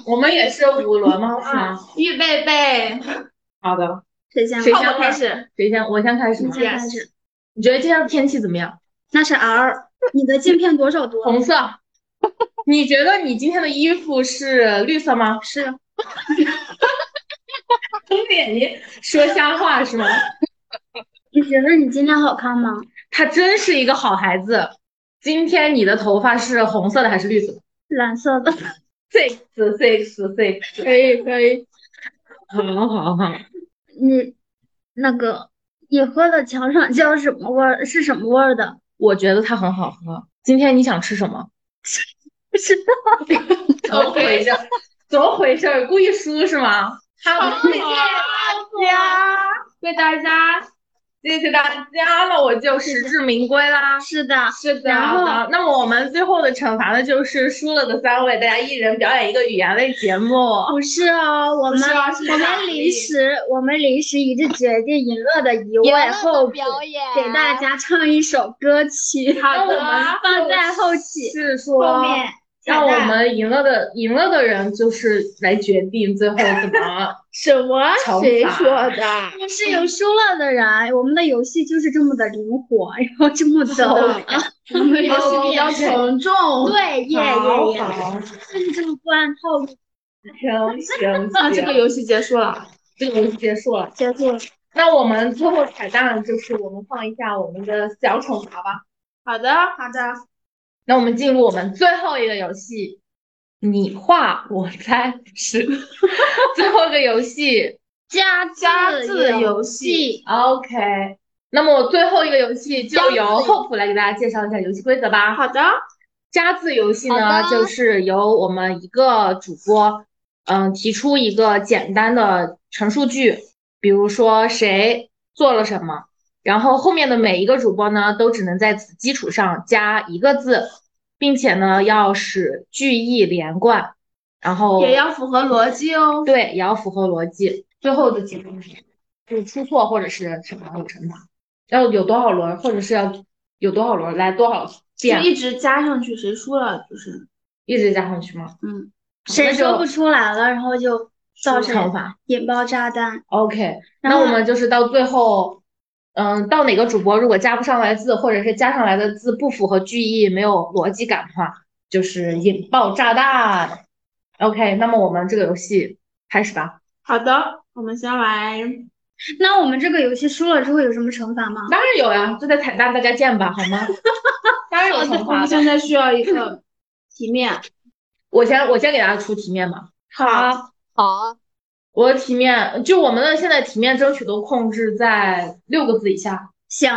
[SPEAKER 3] 我们也是五轮吗？是吗？
[SPEAKER 2] 预备备，
[SPEAKER 3] 好的，
[SPEAKER 5] 谁先？
[SPEAKER 3] 谁
[SPEAKER 2] 好，
[SPEAKER 3] 先
[SPEAKER 2] 我开始。
[SPEAKER 3] 谁先？我先开始
[SPEAKER 5] 你
[SPEAKER 3] 吗？
[SPEAKER 5] 先开始。
[SPEAKER 3] 你觉得今天的天气怎么样？
[SPEAKER 5] 那是 R。你的镜片多少度？
[SPEAKER 3] 红色。你觉得你今天的衣服是绿色吗？
[SPEAKER 5] 是。
[SPEAKER 3] 睁着眼睛说瞎话是吗？
[SPEAKER 5] 你觉得你今天好看吗？
[SPEAKER 3] 他真是一个好孩子。今天你的头发是红色的还是绿色的
[SPEAKER 5] 蓝色的。
[SPEAKER 3] ？Six six six。
[SPEAKER 2] 可以可以。
[SPEAKER 3] 好好好。
[SPEAKER 5] 你那个你喝的强爽叫什么味儿？是什么味儿的？
[SPEAKER 3] 我觉得它很好喝。今天你想吃什么？
[SPEAKER 5] 不知道。
[SPEAKER 3] 怎么回事？怎么回事？故意输是吗？好，谢谢大家，
[SPEAKER 2] 谢谢大家，
[SPEAKER 3] 谢谢大家，那我就实至名归啦。
[SPEAKER 5] 是的，
[SPEAKER 2] 是的
[SPEAKER 5] 然后
[SPEAKER 3] 好的，那么我们最后的惩罚呢，就是输了的三位，大家一人表演一个语言类节目。
[SPEAKER 5] 不是哦，我
[SPEAKER 2] 不
[SPEAKER 5] 们
[SPEAKER 2] 是啊是
[SPEAKER 5] 我
[SPEAKER 2] 奖
[SPEAKER 5] 们
[SPEAKER 2] 励
[SPEAKER 5] 临时我们临时一致决定赢了的一位后补
[SPEAKER 6] 表演
[SPEAKER 5] 给大。家唱一首歌曲，
[SPEAKER 2] 好
[SPEAKER 3] 那我们
[SPEAKER 2] 的，
[SPEAKER 5] 放在后期
[SPEAKER 3] 是说，
[SPEAKER 5] 后面彩
[SPEAKER 3] 让我
[SPEAKER 5] 蛋
[SPEAKER 3] 们赢了的赢了的人，就是来决定最后怎 么
[SPEAKER 2] 什么
[SPEAKER 3] 惩罚
[SPEAKER 2] 谁说的？
[SPEAKER 5] 不是有输了的人，我们的游戏就是这么的灵活，然后这么
[SPEAKER 2] 好
[SPEAKER 5] 的，
[SPEAKER 2] 的我们游戏 比较沉重。
[SPEAKER 4] 哦
[SPEAKER 5] 对，耶
[SPEAKER 3] 好
[SPEAKER 5] 耶耶，
[SPEAKER 3] 好
[SPEAKER 5] 就是这么不按套路
[SPEAKER 3] 行 行
[SPEAKER 2] 那啊这
[SPEAKER 3] 行
[SPEAKER 2] 个游戏结束了，
[SPEAKER 3] 这个游戏结束了。
[SPEAKER 5] 结束了。
[SPEAKER 3] 那我们最后彩蛋就是我们放一下我们的小惩罚吧。
[SPEAKER 2] 好的好的，
[SPEAKER 3] 那我们进入我们最后一个游戏，你画我猜，不是 最后一个游戏。
[SPEAKER 5] 加
[SPEAKER 2] 加
[SPEAKER 5] 字
[SPEAKER 2] 字游戏，
[SPEAKER 3] OK，那么最后一个游戏就由厚朴来给大家介绍一下游戏规则吧。
[SPEAKER 2] 好的，
[SPEAKER 3] 加字游戏呢，
[SPEAKER 6] 好的
[SPEAKER 3] 就是由我们一个主播，嗯，提出一个简单的陈述句，比如说谁做了什么，然后后面的每一个主播呢，都只能在此基础上加一个字，并且呢，要使句意连贯，然后
[SPEAKER 2] 也要符合逻辑哦。
[SPEAKER 3] 对，也要符合逻辑。最后的结论是，就是出错或者是什么有惩罚，要有多少轮，或者是要有多少轮来多少
[SPEAKER 2] 就
[SPEAKER 3] 遍，
[SPEAKER 2] 一直加上去，谁输了就是
[SPEAKER 3] 一直加上去吗？
[SPEAKER 2] 嗯，
[SPEAKER 5] 谁
[SPEAKER 3] 那就
[SPEAKER 5] 说不出来了，然后就造
[SPEAKER 3] 惩
[SPEAKER 5] 成
[SPEAKER 3] 罚。
[SPEAKER 5] 引爆炸弹。
[SPEAKER 3] OK，
[SPEAKER 5] 然
[SPEAKER 3] 那我
[SPEAKER 5] 后
[SPEAKER 3] 们就是到最后，嗯，到哪个主播如果加不上来字，或者是加上来的字不符合句意、没有逻辑感的话，就是引爆炸弹。OK，那么我们这个游戏开始吧。
[SPEAKER 2] 好的，我们先 来
[SPEAKER 5] 那我们这个游戏输了之后有什么惩罚吗？
[SPEAKER 3] 当然有呀，就在彩蛋大家见吧，好吗？当然有
[SPEAKER 2] 好的，
[SPEAKER 3] 惩
[SPEAKER 2] 我
[SPEAKER 3] 罚
[SPEAKER 2] 们
[SPEAKER 3] 的。
[SPEAKER 2] 现在需要一个题面。
[SPEAKER 3] 我先我先给大家出题面吧。 啊
[SPEAKER 2] 好，
[SPEAKER 6] 好，
[SPEAKER 3] 我的题面就我们的现在题面争取都控制在六个字以下。
[SPEAKER 5] 行，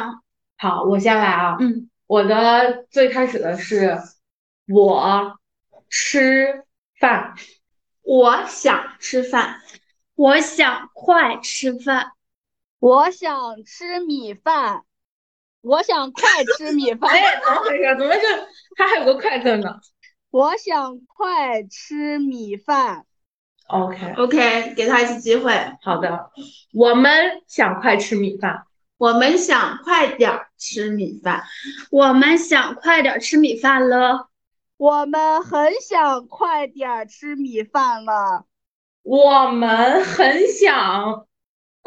[SPEAKER 3] 好，我先来啊。
[SPEAKER 5] 嗯，
[SPEAKER 3] 我的最开始的是我吃饭，
[SPEAKER 4] 我想吃饭，
[SPEAKER 5] 我想快吃饭，
[SPEAKER 6] 我想吃米饭，我想快吃米饭，
[SPEAKER 3] 哎，怎么回事？怎么就它还有个快字呢
[SPEAKER 6] 我想快吃米饭，
[SPEAKER 3] ？OK，
[SPEAKER 4] OK，给他一次机会。
[SPEAKER 3] 好的，我们想快吃米饭。
[SPEAKER 4] 我们想快点儿吃米饭，
[SPEAKER 5] 我们想快点吃米饭了。
[SPEAKER 6] 我们很想快点儿吃米饭了，
[SPEAKER 3] 我们很想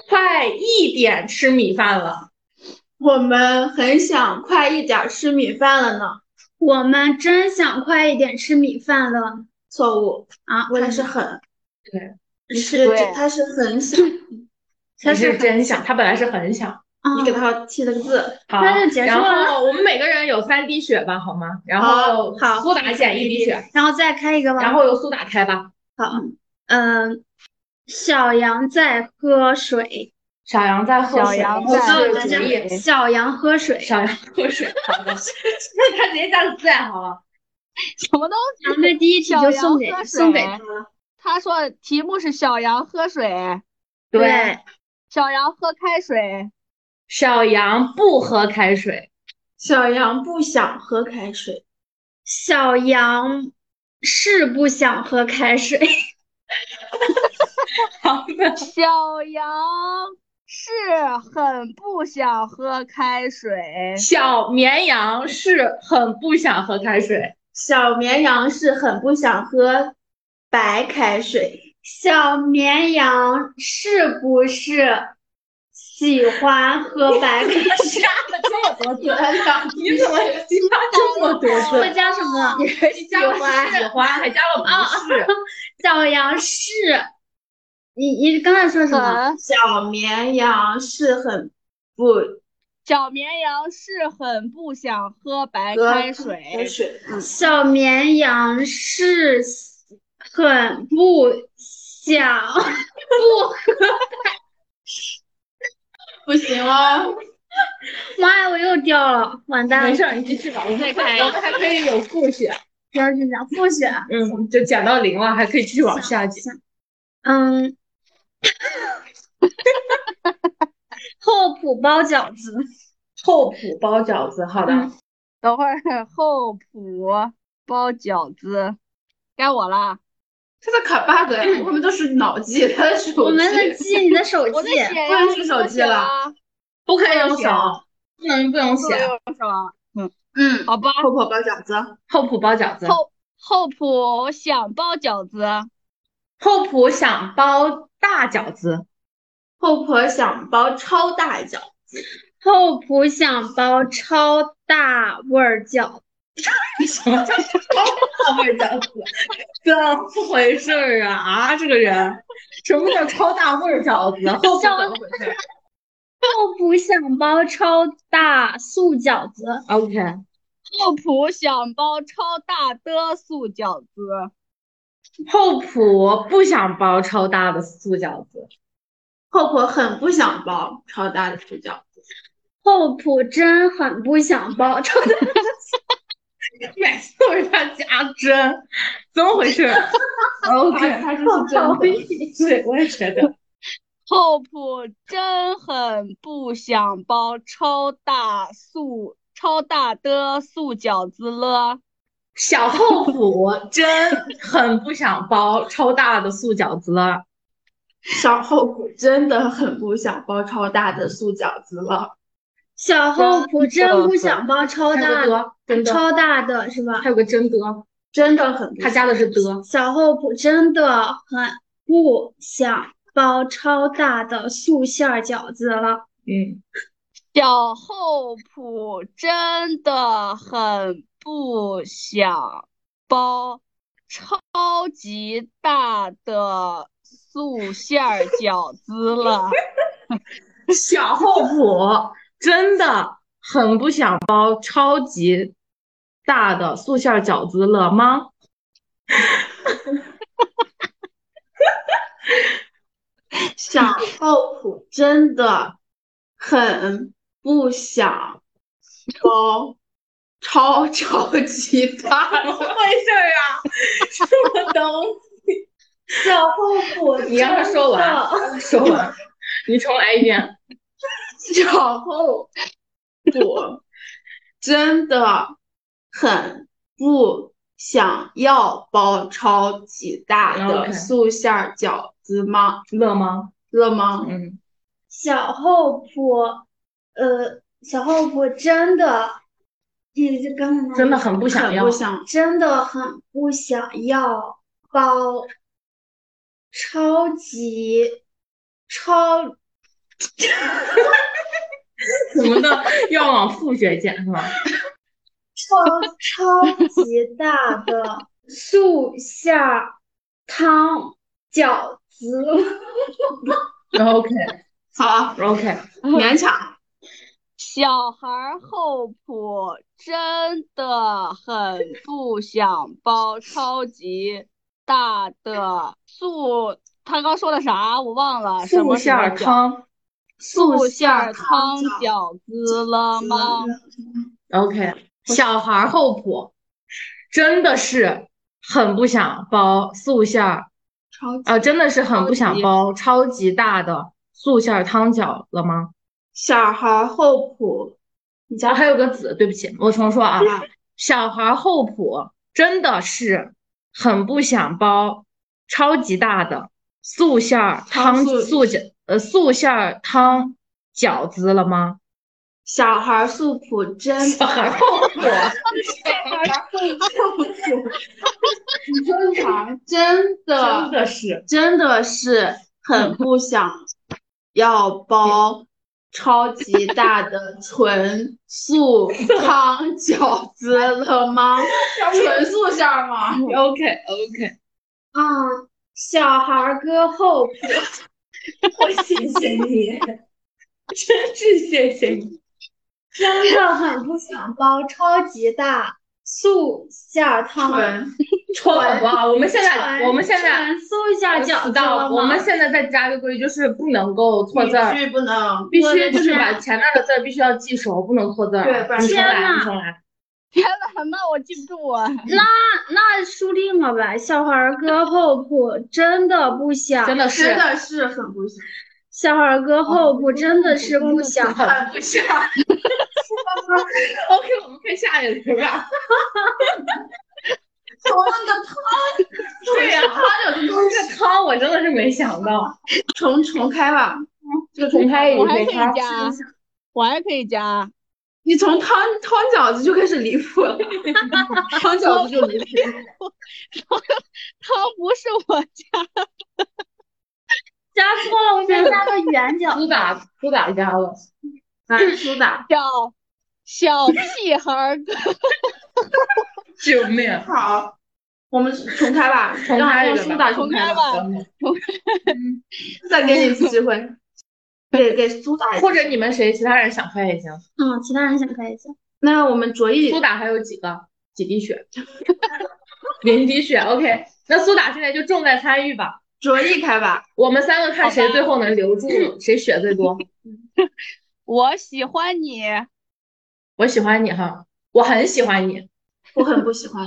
[SPEAKER 3] 快一点吃米饭了。
[SPEAKER 4] 我们很想快一点儿吃米饭了呢。
[SPEAKER 5] 我们真想快一点吃米饭了。
[SPEAKER 4] 错误
[SPEAKER 5] 啊
[SPEAKER 4] 他是很，
[SPEAKER 3] 对，
[SPEAKER 4] 是
[SPEAKER 6] 对
[SPEAKER 4] 他是很想，
[SPEAKER 3] 他是真想，他本来是很想。
[SPEAKER 5] 啊，
[SPEAKER 4] 你给他七个字。
[SPEAKER 3] 好，
[SPEAKER 5] 那就结束
[SPEAKER 3] 然
[SPEAKER 5] 了
[SPEAKER 3] 后我们每个人有三滴血吧，好吗？然后
[SPEAKER 4] 好好
[SPEAKER 3] 苏打减一滴血，
[SPEAKER 5] 然后再开一个吧。
[SPEAKER 3] 然后由苏打开吧。
[SPEAKER 5] 嗯、小羊在喝水，
[SPEAKER 3] 小羊在喝
[SPEAKER 6] 小
[SPEAKER 3] 水，
[SPEAKER 6] 羊
[SPEAKER 3] 然后
[SPEAKER 6] 在
[SPEAKER 3] 是
[SPEAKER 6] 喝
[SPEAKER 3] 主意
[SPEAKER 6] 水
[SPEAKER 5] 小羊喝水，
[SPEAKER 3] 小羊喝水。好的，那他直接下次再好了。
[SPEAKER 6] 什么东
[SPEAKER 5] 咱们第一
[SPEAKER 6] 西？
[SPEAKER 5] 题
[SPEAKER 6] 小
[SPEAKER 5] 就
[SPEAKER 6] 羊
[SPEAKER 5] 送给
[SPEAKER 6] 喝
[SPEAKER 5] 送给
[SPEAKER 6] 水，他说题目是小羊喝水，
[SPEAKER 5] 对，
[SPEAKER 6] 小羊喝开水，
[SPEAKER 3] 小羊不喝开水，
[SPEAKER 4] 小羊不想喝开水，
[SPEAKER 5] 小羊是不想喝开水，
[SPEAKER 3] 好的，
[SPEAKER 6] 小羊是很不想喝开水。
[SPEAKER 3] 小绵羊是很不想喝开水。
[SPEAKER 4] 小绵羊是很不想喝白开水。
[SPEAKER 5] 小绵羊是不是喜欢喝白开水？
[SPEAKER 3] 这么多
[SPEAKER 4] 你们俩
[SPEAKER 3] 你怎么激发这么多
[SPEAKER 5] 我
[SPEAKER 3] 字？
[SPEAKER 5] 加什么？
[SPEAKER 3] 你加了喜欢，还加了不是。
[SPEAKER 5] 小羊是，你你刚才说什么？
[SPEAKER 6] 很
[SPEAKER 4] 小绵羊是很不
[SPEAKER 6] 小绵羊是很不想喝白
[SPEAKER 4] 喝
[SPEAKER 6] 开
[SPEAKER 4] 开
[SPEAKER 6] 水，
[SPEAKER 4] 水，嗯
[SPEAKER 5] 小绵羊是很不想不喝。
[SPEAKER 4] 不行哦。
[SPEAKER 5] 妈呀，我又掉了，完蛋
[SPEAKER 3] 没
[SPEAKER 5] 了！
[SPEAKER 3] 事儿，你继续吧，我们
[SPEAKER 6] 再开一
[SPEAKER 3] 我们还可以有故事。
[SPEAKER 5] 不要紧张，复选。
[SPEAKER 3] 嗯，就减到零了，还可以继续往下减。
[SPEAKER 5] 嗯， 厚朴包饺子，
[SPEAKER 3] 厚朴包饺子，好的，
[SPEAKER 5] 嗯
[SPEAKER 6] 等会儿厚朴包饺子，该我了。
[SPEAKER 4] 他在卡 bug
[SPEAKER 2] 嗯
[SPEAKER 4] 呀，我们都是脑记，他在 手机。
[SPEAKER 5] 我们的鸡，你的手
[SPEAKER 6] 我
[SPEAKER 5] 机
[SPEAKER 6] 在，写呀，
[SPEAKER 4] 关注手机了
[SPEAKER 6] 了，
[SPEAKER 3] 不可以用
[SPEAKER 6] 不能
[SPEAKER 3] 手
[SPEAKER 6] 写，
[SPEAKER 3] 不能不用写。
[SPEAKER 6] 是吧？
[SPEAKER 4] 嗯，
[SPEAKER 6] 好吧，
[SPEAKER 4] 婆婆包饺子，
[SPEAKER 3] 厚朴包饺子，
[SPEAKER 6] 厚厚朴想包饺子，
[SPEAKER 3] 厚朴想包大饺子，
[SPEAKER 4] 后婆想包超大饺，
[SPEAKER 5] 厚朴想包超大味儿饺，
[SPEAKER 3] 什么叫超大味饺子？ 怎么回事儿啊？啊，这个人，什么叫超大味儿饺子？厚朴怎么回事儿
[SPEAKER 5] 厚朴想包超大素饺子，
[SPEAKER 3] ？OK，
[SPEAKER 6] 厚朴想包超大的素饺子，
[SPEAKER 3] 厚朴不想包超大的素饺子，
[SPEAKER 4] 后婆很不想包超大的猪饺子。
[SPEAKER 5] 厚朴真很不想包超大。
[SPEAKER 3] 每次都是他加针，怎么回事？OK，
[SPEAKER 4] 他这是 真的。
[SPEAKER 3] 对，我也觉得。
[SPEAKER 6] 厚朴真很不想包超大素超大的素饺子了。
[SPEAKER 3] 小厚朴真很不想包超大的素饺子了。
[SPEAKER 4] 小后婆真的很不想包超大的素饺子了。
[SPEAKER 5] 小厚朴真不想包超
[SPEAKER 3] 还有
[SPEAKER 5] 大
[SPEAKER 3] 个
[SPEAKER 5] 的，
[SPEAKER 3] 的，真的，
[SPEAKER 5] 超大的是吧？
[SPEAKER 3] 还有个真的，
[SPEAKER 4] 真的很不
[SPEAKER 3] 他加的是的。
[SPEAKER 5] 小厚朴真的很不想包超大的素馅儿饺子了。
[SPEAKER 3] 嗯，
[SPEAKER 6] 小厚朴真的很不想包超级大的素馅儿饺子了。
[SPEAKER 3] 小厚朴真的很不想包超级大的素馅儿饺子了吗？
[SPEAKER 4] 想靠谱真的很不想
[SPEAKER 2] 哦
[SPEAKER 4] 超超超级大。
[SPEAKER 3] 啊
[SPEAKER 5] 小后果
[SPEAKER 3] 你让他说完，说完， 你重来一遍。
[SPEAKER 4] 然后我真的很不想要包超级大
[SPEAKER 3] OK
[SPEAKER 4] 的素馅儿饺子吗？
[SPEAKER 3] 乐吗？
[SPEAKER 4] 了 吗？
[SPEAKER 3] 嗯，
[SPEAKER 5] 小后坡，呃，小后坡真的，你这刚才
[SPEAKER 3] 真的很不想
[SPEAKER 4] 很
[SPEAKER 3] 要
[SPEAKER 4] 不。想
[SPEAKER 5] 真的很不想要包超级超
[SPEAKER 3] 怎么的？要往复学减是吧？
[SPEAKER 5] 超超级大的素馅儿汤饺子，
[SPEAKER 3] OK
[SPEAKER 2] 啊
[SPEAKER 4] 好
[SPEAKER 3] OK，
[SPEAKER 4] 勉强。
[SPEAKER 6] 小孩儿后谱真的很不想包超级大的素，他刚说的啥我忘了，什
[SPEAKER 3] 素
[SPEAKER 6] 么
[SPEAKER 3] 馅
[SPEAKER 6] 什么
[SPEAKER 3] 儿
[SPEAKER 6] 饺
[SPEAKER 3] 汤。
[SPEAKER 6] 素
[SPEAKER 4] 馅
[SPEAKER 6] 馅
[SPEAKER 4] 儿
[SPEAKER 6] 儿汤
[SPEAKER 4] 汤
[SPEAKER 6] 饺子了吗？
[SPEAKER 3] OK，小孩儿后谱真的是很不想包素馅儿，
[SPEAKER 4] 超级
[SPEAKER 3] 啊，真的是很不
[SPEAKER 6] 超
[SPEAKER 3] 想
[SPEAKER 6] 级
[SPEAKER 3] 包超级大的素馅儿汤饺了吗？
[SPEAKER 4] 小孩后谱，你
[SPEAKER 3] 啊，
[SPEAKER 4] 家
[SPEAKER 3] 还有个子，对不起，我重 说啊，小孩儿后谱真的是很不想包超级大的素馅儿
[SPEAKER 4] 汤
[SPEAKER 3] 汤
[SPEAKER 4] 素
[SPEAKER 3] 素饺呃素馅儿汤饺子了吗？
[SPEAKER 4] 小孩素谱真
[SPEAKER 3] 小孩儿
[SPEAKER 4] 的
[SPEAKER 3] 后谱
[SPEAKER 4] 正常，真
[SPEAKER 3] 真
[SPEAKER 4] 的
[SPEAKER 3] 的是
[SPEAKER 4] 真的是很 不想要包超级大的纯 素汤饺子了吗？纯素馅儿吗？
[SPEAKER 3] OK OK，
[SPEAKER 5] 啊、小孩儿哥后谱，
[SPEAKER 3] 我谢谢你，真是谢谢你。
[SPEAKER 5] 真的很不想包超级大素馅儿汤。
[SPEAKER 4] 纯
[SPEAKER 3] 戳好不好？我们现在，
[SPEAKER 5] 传
[SPEAKER 3] 我们现在
[SPEAKER 5] 传送一下饺
[SPEAKER 3] 知
[SPEAKER 5] 子
[SPEAKER 3] 道，
[SPEAKER 5] 了
[SPEAKER 3] 我
[SPEAKER 5] 吗
[SPEAKER 3] 们？现在再加个规矩，就是不能够错字儿
[SPEAKER 4] 必，须不能，
[SPEAKER 3] 必
[SPEAKER 4] 不
[SPEAKER 3] 须
[SPEAKER 4] 能
[SPEAKER 3] 就是把前面的字儿必须要记熟，不能错字儿。
[SPEAKER 4] 对不然
[SPEAKER 3] 你重
[SPEAKER 5] 天
[SPEAKER 3] 来，
[SPEAKER 5] 呐
[SPEAKER 3] 你重来。
[SPEAKER 6] 那我记不住啊。
[SPEAKER 5] 那输定了吧？小孩儿哥后谱真的不想，
[SPEAKER 3] 真的哦是
[SPEAKER 4] 真的是很不行，
[SPEAKER 5] 小孩儿哥后谱真的是不想。
[SPEAKER 4] 很不行。
[SPEAKER 3] 啊 OK，我们看下一个吧。
[SPEAKER 4] 从那个汤，
[SPEAKER 3] 对呀，
[SPEAKER 4] 汤有个东西
[SPEAKER 3] 这个汤我真的是没想到。
[SPEAKER 4] 重重开吧，这个
[SPEAKER 3] 重开
[SPEAKER 6] 我
[SPEAKER 3] 一
[SPEAKER 6] 还
[SPEAKER 3] 回
[SPEAKER 6] 可以
[SPEAKER 3] 它
[SPEAKER 6] 加，我还可以加。
[SPEAKER 4] 你从汤汤饺子就开始离谱了，汤饺子就离谱。
[SPEAKER 6] 汤不是我加，
[SPEAKER 5] 加错了，我想加个圆饺。
[SPEAKER 3] 主打主打加了。
[SPEAKER 4] 来，苏打，
[SPEAKER 6] 小小屁孩儿哥，
[SPEAKER 3] 救命！
[SPEAKER 4] 好，我们重开吧，
[SPEAKER 3] 重
[SPEAKER 4] 让
[SPEAKER 3] 开一
[SPEAKER 4] 让
[SPEAKER 3] 个
[SPEAKER 4] 苏
[SPEAKER 3] 吧
[SPEAKER 4] 打重开吧，
[SPEAKER 6] 吧
[SPEAKER 4] 再给你一次机会，给给苏打一次。
[SPEAKER 3] 或者你们谁其他人想开也行。
[SPEAKER 5] 嗯，其他人想开一下。
[SPEAKER 4] 那我们卓艺
[SPEAKER 3] 苏，打还有几个？几滴血？ 零滴血。OK，那苏打现在就重在参与吧。
[SPEAKER 4] 卓艺开吧，
[SPEAKER 3] 我们三个看谁
[SPEAKER 6] 好吧嗯
[SPEAKER 3] 最后能留住，谁血最多。
[SPEAKER 6] 我喜欢你，
[SPEAKER 3] 我喜欢你哈，我很喜欢你。
[SPEAKER 4] 我很不喜欢。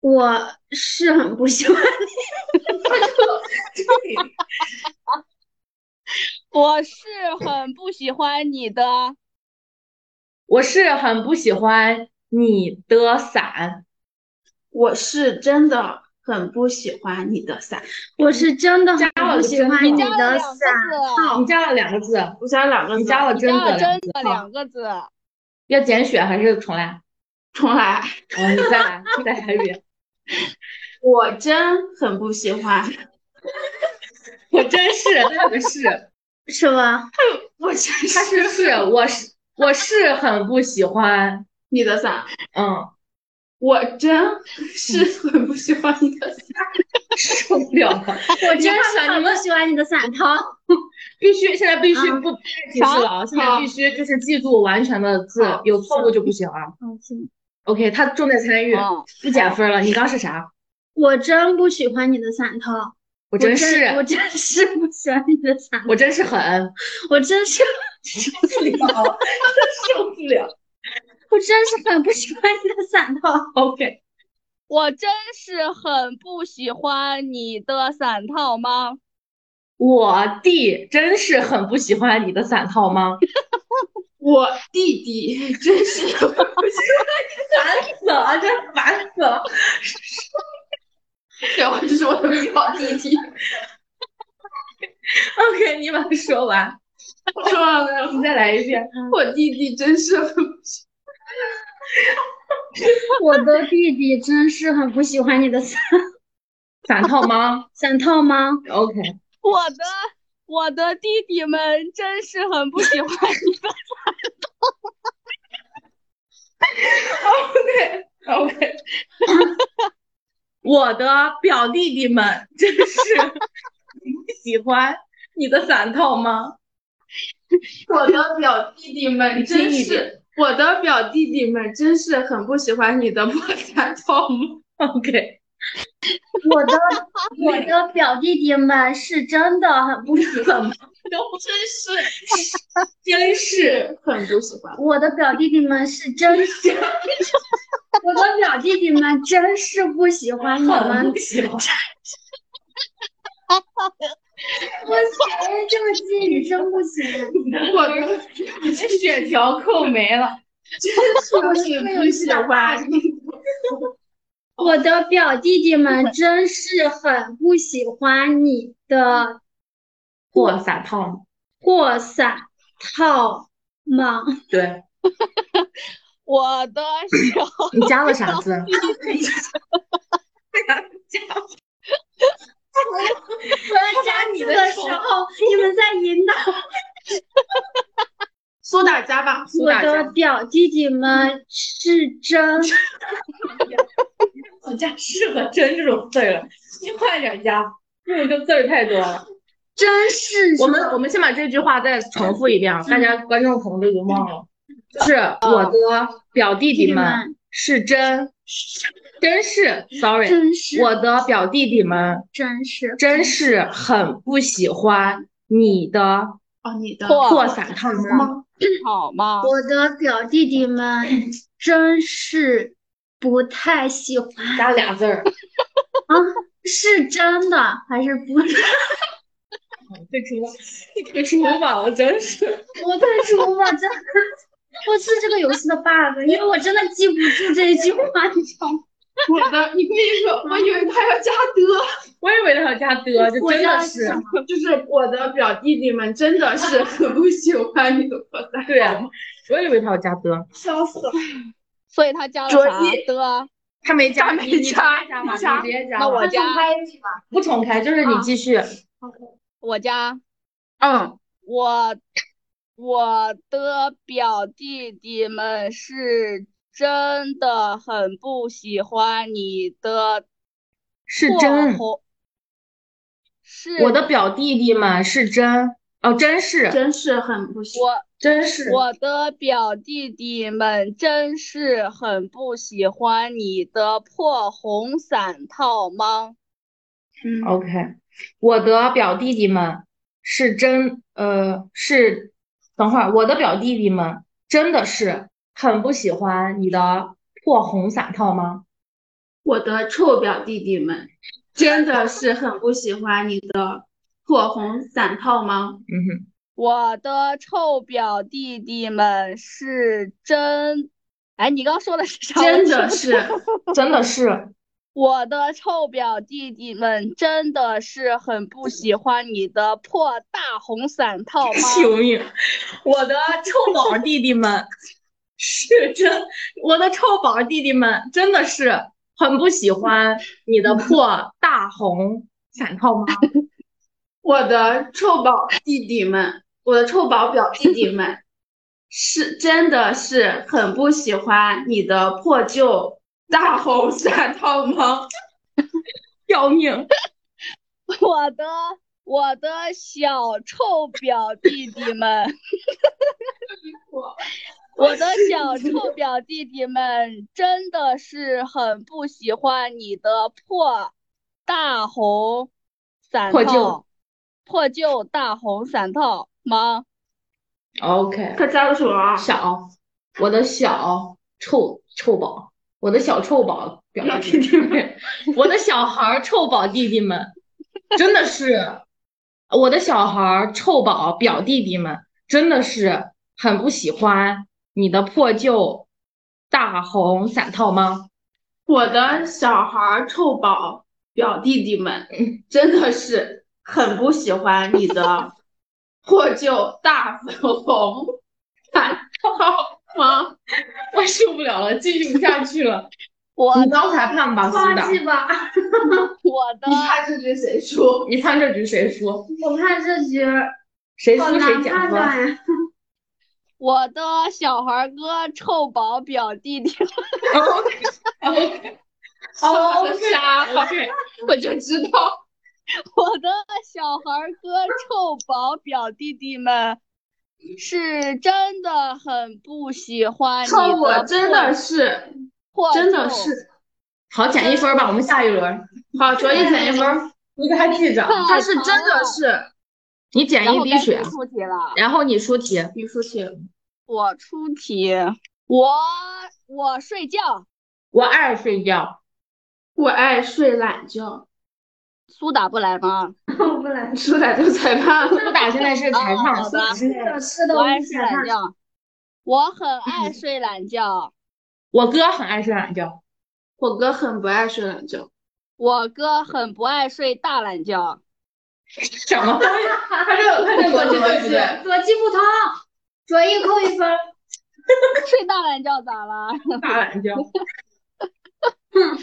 [SPEAKER 5] 我是很不喜欢，
[SPEAKER 6] 我是很不喜欢你的。
[SPEAKER 3] 我是很不喜欢你的伞，
[SPEAKER 4] 我是真的很不喜欢你的伞，
[SPEAKER 5] 我是真的很
[SPEAKER 3] 加了
[SPEAKER 5] 不
[SPEAKER 3] 个
[SPEAKER 5] 喜
[SPEAKER 3] 真
[SPEAKER 5] 欢
[SPEAKER 3] 的
[SPEAKER 5] 你
[SPEAKER 6] 加了
[SPEAKER 5] 的
[SPEAKER 6] 两个
[SPEAKER 5] 伞。
[SPEAKER 6] 字，
[SPEAKER 3] 你加了两个字，
[SPEAKER 4] 我加两个
[SPEAKER 3] 你
[SPEAKER 4] 字，
[SPEAKER 3] 加了真
[SPEAKER 6] 加
[SPEAKER 3] 的
[SPEAKER 6] 了真
[SPEAKER 3] 两个字，啊
[SPEAKER 6] 的两个
[SPEAKER 3] 嗯
[SPEAKER 6] 字。
[SPEAKER 3] 要减血还是重来？
[SPEAKER 4] 重来。
[SPEAKER 3] 哦，你再来，再来一遍。
[SPEAKER 4] 我真很不喜欢，
[SPEAKER 3] 我真是，那个是，
[SPEAKER 5] 是吧？
[SPEAKER 4] 我真
[SPEAKER 3] 他
[SPEAKER 4] 是
[SPEAKER 3] 是是，我是我是很不喜欢，
[SPEAKER 4] 你的伞，
[SPEAKER 3] 嗯，
[SPEAKER 4] 我真是很不喜欢你的伞。
[SPEAKER 3] 受不了了，我
[SPEAKER 5] 我真是
[SPEAKER 3] 你
[SPEAKER 5] 很
[SPEAKER 3] 们
[SPEAKER 5] 不喜欢你的伞汤。
[SPEAKER 3] 必须现在必须
[SPEAKER 5] 嗯
[SPEAKER 3] 不不带提示了啊，现在必须就是记住完全的字
[SPEAKER 4] 好，
[SPEAKER 3] 有错误就不行啊。
[SPEAKER 5] 嗯，行。
[SPEAKER 3] OK，他重在参与，
[SPEAKER 6] 嗯，
[SPEAKER 3] 不减分了。你刚是啥？
[SPEAKER 5] 我真不喜欢你的伞汤。
[SPEAKER 3] 我真是，
[SPEAKER 5] 我真是不喜欢你的嗓音，
[SPEAKER 3] 我真是狠，
[SPEAKER 5] 我真是
[SPEAKER 3] 受不了，受不了。
[SPEAKER 5] 我真是很不喜欢你的伞套。
[SPEAKER 3] OK，
[SPEAKER 6] 我真是很不喜欢你的伞套吗？
[SPEAKER 3] 我弟真是很不喜欢你的伞套吗？
[SPEAKER 2] 我弟弟真是
[SPEAKER 3] 烦死了，真烦死 了。
[SPEAKER 2] 对，我就是我的迷茫弟弟。
[SPEAKER 3] OK，你把它说完，
[SPEAKER 2] 说完了，
[SPEAKER 3] 你再来一遍。
[SPEAKER 2] 我弟弟真是
[SPEAKER 5] 我的弟弟真是很不喜欢你的伞
[SPEAKER 3] 伞套吗
[SPEAKER 5] 伞套吗？
[SPEAKER 3] ？OK，
[SPEAKER 6] 我的我的弟弟们真是很不 喜欢你的。
[SPEAKER 3] OK，我的表弟弟们真是不喜欢你的伞套吗？
[SPEAKER 2] 我的表弟弟们
[SPEAKER 3] 你
[SPEAKER 2] 真
[SPEAKER 3] 听一
[SPEAKER 2] 是
[SPEAKER 3] 遍，
[SPEAKER 2] 我的表弟弟们真是很不喜欢你的破伞套吗？
[SPEAKER 3] OK，
[SPEAKER 5] 我 的我的表弟弟们是真的很不喜欢，
[SPEAKER 2] 真是，真是很不喜欢。
[SPEAKER 5] 我的表弟弟们是真 是，我的表弟弟们真是不喜欢你
[SPEAKER 3] 很
[SPEAKER 5] 们
[SPEAKER 3] 不。喜欢。
[SPEAKER 5] 我谁这么近，你真不行。
[SPEAKER 2] 我的
[SPEAKER 3] 你这血条扣没了。
[SPEAKER 2] 真是很不喜欢你。
[SPEAKER 5] 我的表弟弟们真是很不喜欢你的
[SPEAKER 3] 过伞套吗？
[SPEAKER 5] 破伞套吗？
[SPEAKER 3] 对
[SPEAKER 6] 我的小
[SPEAKER 3] 你加了啥 字？
[SPEAKER 5] 我加你的时候，你们在引导
[SPEAKER 2] 苏打加吧，苏
[SPEAKER 5] 我
[SPEAKER 2] 打
[SPEAKER 5] 的
[SPEAKER 2] 加。
[SPEAKER 5] 表弟弟们是真
[SPEAKER 3] 我加适合真这种字儿了，你快点加，因为这字儿太多了。
[SPEAKER 5] 真是
[SPEAKER 3] 我们我们先把这句话再重复一遍啊，大家观众可能都已经忘了，就是我的表弟弟们是真，真是 sorry，
[SPEAKER 5] 真是
[SPEAKER 3] 我的表弟弟们
[SPEAKER 5] 真是
[SPEAKER 3] 真是很不喜欢你的
[SPEAKER 2] 哦，你的
[SPEAKER 6] 破
[SPEAKER 3] 破伞套吗？
[SPEAKER 6] 好吗？
[SPEAKER 5] 我的表弟弟们真是不太喜欢
[SPEAKER 3] 加俩字儿，
[SPEAKER 5] 啊，是真的还是不？
[SPEAKER 3] 退出了，退出吧，我真是。
[SPEAKER 5] 我退出吧， 真的，我是这个游戏的 bug，因为我真的记不住这一句话，你知道吗？
[SPEAKER 2] 我的，你可以说，我以为他要加的，
[SPEAKER 3] 我以为他要加的，这
[SPEAKER 5] 我
[SPEAKER 3] 真
[SPEAKER 5] 要
[SPEAKER 3] 的是
[SPEAKER 5] 想
[SPEAKER 2] 就是我的表弟弟们真的是很不喜欢你的破伞。
[SPEAKER 3] 对啊，我以为他要加的，
[SPEAKER 2] 笑死了。
[SPEAKER 6] 所以他加了
[SPEAKER 2] 卓
[SPEAKER 6] 啥
[SPEAKER 2] 一
[SPEAKER 6] 的？
[SPEAKER 3] 他没加，
[SPEAKER 2] 他没
[SPEAKER 3] 你你
[SPEAKER 2] 加
[SPEAKER 3] 直接加吧，
[SPEAKER 2] 没加
[SPEAKER 3] 你直接加啊吧。
[SPEAKER 6] 那我加
[SPEAKER 3] 不重开，就是你继续。
[SPEAKER 6] 我加
[SPEAKER 2] 嗯，
[SPEAKER 6] 我我的表弟弟们是真的很不喜欢你的
[SPEAKER 3] 是
[SPEAKER 6] 破
[SPEAKER 3] 真，
[SPEAKER 6] 红，是
[SPEAKER 3] 我的表弟弟们是真，哦，真是，
[SPEAKER 2] 真是很不喜欢。
[SPEAKER 6] 我
[SPEAKER 3] 真是，
[SPEAKER 6] 我的表弟弟们真是很不喜欢你的破红伞套吗？
[SPEAKER 3] OK，我的表弟弟们是真，呃，是，等会儿，我的表弟弟们真的是很不喜欢你的破红伞套吗？
[SPEAKER 2] 我的臭表弟弟们真的是很不喜欢你的破红伞套吗？
[SPEAKER 3] 嗯哼，
[SPEAKER 6] 我的臭表弟弟们是真，哎，你刚说的是啥？我
[SPEAKER 2] 真
[SPEAKER 6] 听
[SPEAKER 2] 的
[SPEAKER 6] 不
[SPEAKER 2] 是，
[SPEAKER 3] 真的是，
[SPEAKER 6] 我的臭表弟弟们真的是很不喜欢你的破大红伞套吗？
[SPEAKER 3] 救命！我的臭宝弟弟们是真，我的臭宝弟弟们真的是很不喜欢你的破大红 伞套吗？
[SPEAKER 2] 我的臭宝弟弟们，我的臭宝表弟弟们是真的是很不喜欢你的破旧大红伞套吗？
[SPEAKER 3] 要命！
[SPEAKER 6] 我的我的小臭表弟弟 们，我的小臭表弟弟们真的是很不喜欢你的破大红伞
[SPEAKER 3] 破
[SPEAKER 6] 套
[SPEAKER 3] 旧、
[SPEAKER 6] 破旧大红伞套吗？
[SPEAKER 3] OK，
[SPEAKER 2] 快加个手啊！
[SPEAKER 3] 小，我的小臭臭宝，我的小臭宝表弟弟们， 我的小孩儿臭宝弟弟们，真的是，我的小孩儿臭宝表弟弟们真的是很不喜欢你的破旧大红伞套吗？
[SPEAKER 2] 我的小孩儿臭宝表弟弟们真的是很不喜欢你的破旧大粉红 毯套吗？
[SPEAKER 3] 我受不了了，进行不下去了，
[SPEAKER 6] 我
[SPEAKER 3] 你当裁判吧，苏
[SPEAKER 5] 放
[SPEAKER 3] 打，
[SPEAKER 5] 弃吧，
[SPEAKER 6] 我的
[SPEAKER 2] 你看这局谁输？
[SPEAKER 3] 你判这局谁输？
[SPEAKER 5] 我看这局
[SPEAKER 3] 谁
[SPEAKER 5] 好
[SPEAKER 3] 输谁
[SPEAKER 5] 难
[SPEAKER 3] 减
[SPEAKER 5] 判
[SPEAKER 3] 分。
[SPEAKER 5] 断呀。
[SPEAKER 6] 我的小孩哥臭宝表弟弟，
[SPEAKER 3] OK，好傻，OK，
[SPEAKER 2] 我就知道
[SPEAKER 6] 我的小孩哥臭宝表弟弟们是真的很不喜欢你
[SPEAKER 2] 臭我
[SPEAKER 6] 的
[SPEAKER 2] 真的是
[SPEAKER 6] 破
[SPEAKER 2] 真的
[SPEAKER 6] 旧
[SPEAKER 2] 是
[SPEAKER 3] 好，减一分吧，我们下一轮。
[SPEAKER 2] 好，卓一减一分儿，
[SPEAKER 3] 你给他记着，
[SPEAKER 2] 他是真的是
[SPEAKER 3] 你减
[SPEAKER 6] 然
[SPEAKER 3] 一
[SPEAKER 6] 后
[SPEAKER 3] 滴
[SPEAKER 6] 该
[SPEAKER 3] 血啊
[SPEAKER 6] 你，出题了，
[SPEAKER 3] 然后你出题。
[SPEAKER 2] 你输去。
[SPEAKER 6] 我出题，我我睡觉，
[SPEAKER 3] 我爱睡觉，
[SPEAKER 2] 我爱睡懒觉，
[SPEAKER 6] 苏打不来吗？
[SPEAKER 5] 我不来，
[SPEAKER 2] 输了就裁判了。
[SPEAKER 3] 苏打现在是裁判，
[SPEAKER 6] 哦好
[SPEAKER 3] 苏
[SPEAKER 6] 的
[SPEAKER 3] 打是
[SPEAKER 5] 这吃的
[SPEAKER 6] 我
[SPEAKER 5] 我
[SPEAKER 6] 爱
[SPEAKER 5] 不
[SPEAKER 6] 睡
[SPEAKER 5] 想
[SPEAKER 6] 懒
[SPEAKER 5] 看。
[SPEAKER 6] 觉，我很 爱睡懒觉，
[SPEAKER 3] 我哥很爱睡懒觉，
[SPEAKER 2] 我哥很不爱睡懒觉，
[SPEAKER 6] 我哥很不爱睡大懒觉，
[SPEAKER 3] 什么？他这他这逻辑对不对？
[SPEAKER 5] 左鸡不疼，左一扣一分。
[SPEAKER 6] 睡大懒觉咋了？
[SPEAKER 3] 大懒觉，嗯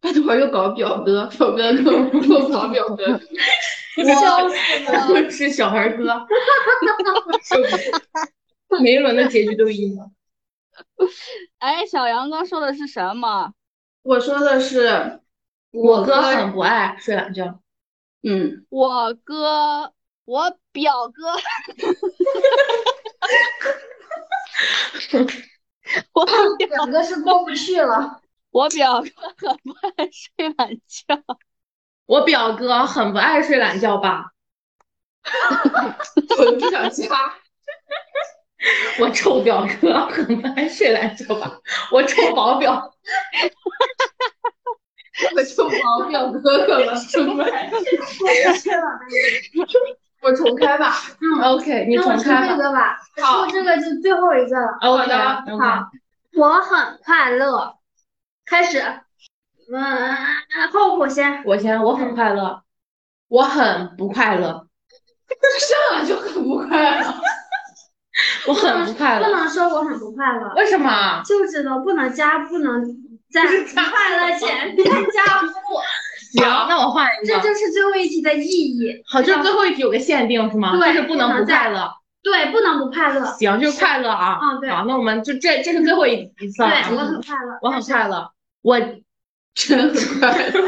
[SPEAKER 2] 他等会儿又搞表哥，表哥更又搞表哥。
[SPEAKER 5] 笑死了！
[SPEAKER 6] 哦
[SPEAKER 3] 是小孩哥，受不了每一轮的结局都一样。
[SPEAKER 6] 哎，小杨刚说的是什么？
[SPEAKER 2] 我说的是，
[SPEAKER 3] 我哥很不爱睡懒觉，
[SPEAKER 2] 嗯，
[SPEAKER 6] 我哥，我表哥，我表
[SPEAKER 5] 两个是过不去了，
[SPEAKER 6] 我表哥很不爱睡懒觉，
[SPEAKER 3] 我表哥很不爱睡懒觉吧？
[SPEAKER 2] 我不想加。
[SPEAKER 3] 我臭表哥很不爱睡懒觉吧？我臭宝表
[SPEAKER 2] 我就往表哥哥 了，是不是？
[SPEAKER 5] 过不去了。
[SPEAKER 2] 我重开吧。
[SPEAKER 3] 嗯 OK，你
[SPEAKER 5] 那我
[SPEAKER 3] 重
[SPEAKER 5] 出
[SPEAKER 3] 开吧。
[SPEAKER 5] 这个吧，
[SPEAKER 2] 好
[SPEAKER 5] 出这个就最后一个了。
[SPEAKER 3] OK，
[SPEAKER 2] 好
[SPEAKER 3] 的
[SPEAKER 5] 好，我很快乐。开始，嗯，后补先。
[SPEAKER 3] 我先，我很快乐，我很不快乐，
[SPEAKER 2] 上来就很不快乐。
[SPEAKER 3] 我很不快
[SPEAKER 5] 不
[SPEAKER 3] 乐。
[SPEAKER 5] 能说我很不快乐，
[SPEAKER 3] 为什么？
[SPEAKER 5] 就知道不能加，不能在不快乐前边加不，
[SPEAKER 3] 行，那我换一
[SPEAKER 5] 这
[SPEAKER 3] 个。
[SPEAKER 5] 就是最后一题的意义。
[SPEAKER 3] 好，就是最后一题有个限定是吗？
[SPEAKER 5] 对
[SPEAKER 3] 就是不能不快乐。
[SPEAKER 5] 对，不能不快乐。
[SPEAKER 3] 行，就是快乐啊。
[SPEAKER 5] 嗯对
[SPEAKER 3] 好，那我们就这这是最后一一次
[SPEAKER 5] 对
[SPEAKER 3] 了。，
[SPEAKER 5] 我很快乐。。
[SPEAKER 3] 我很快乐，我
[SPEAKER 2] 真很快乐。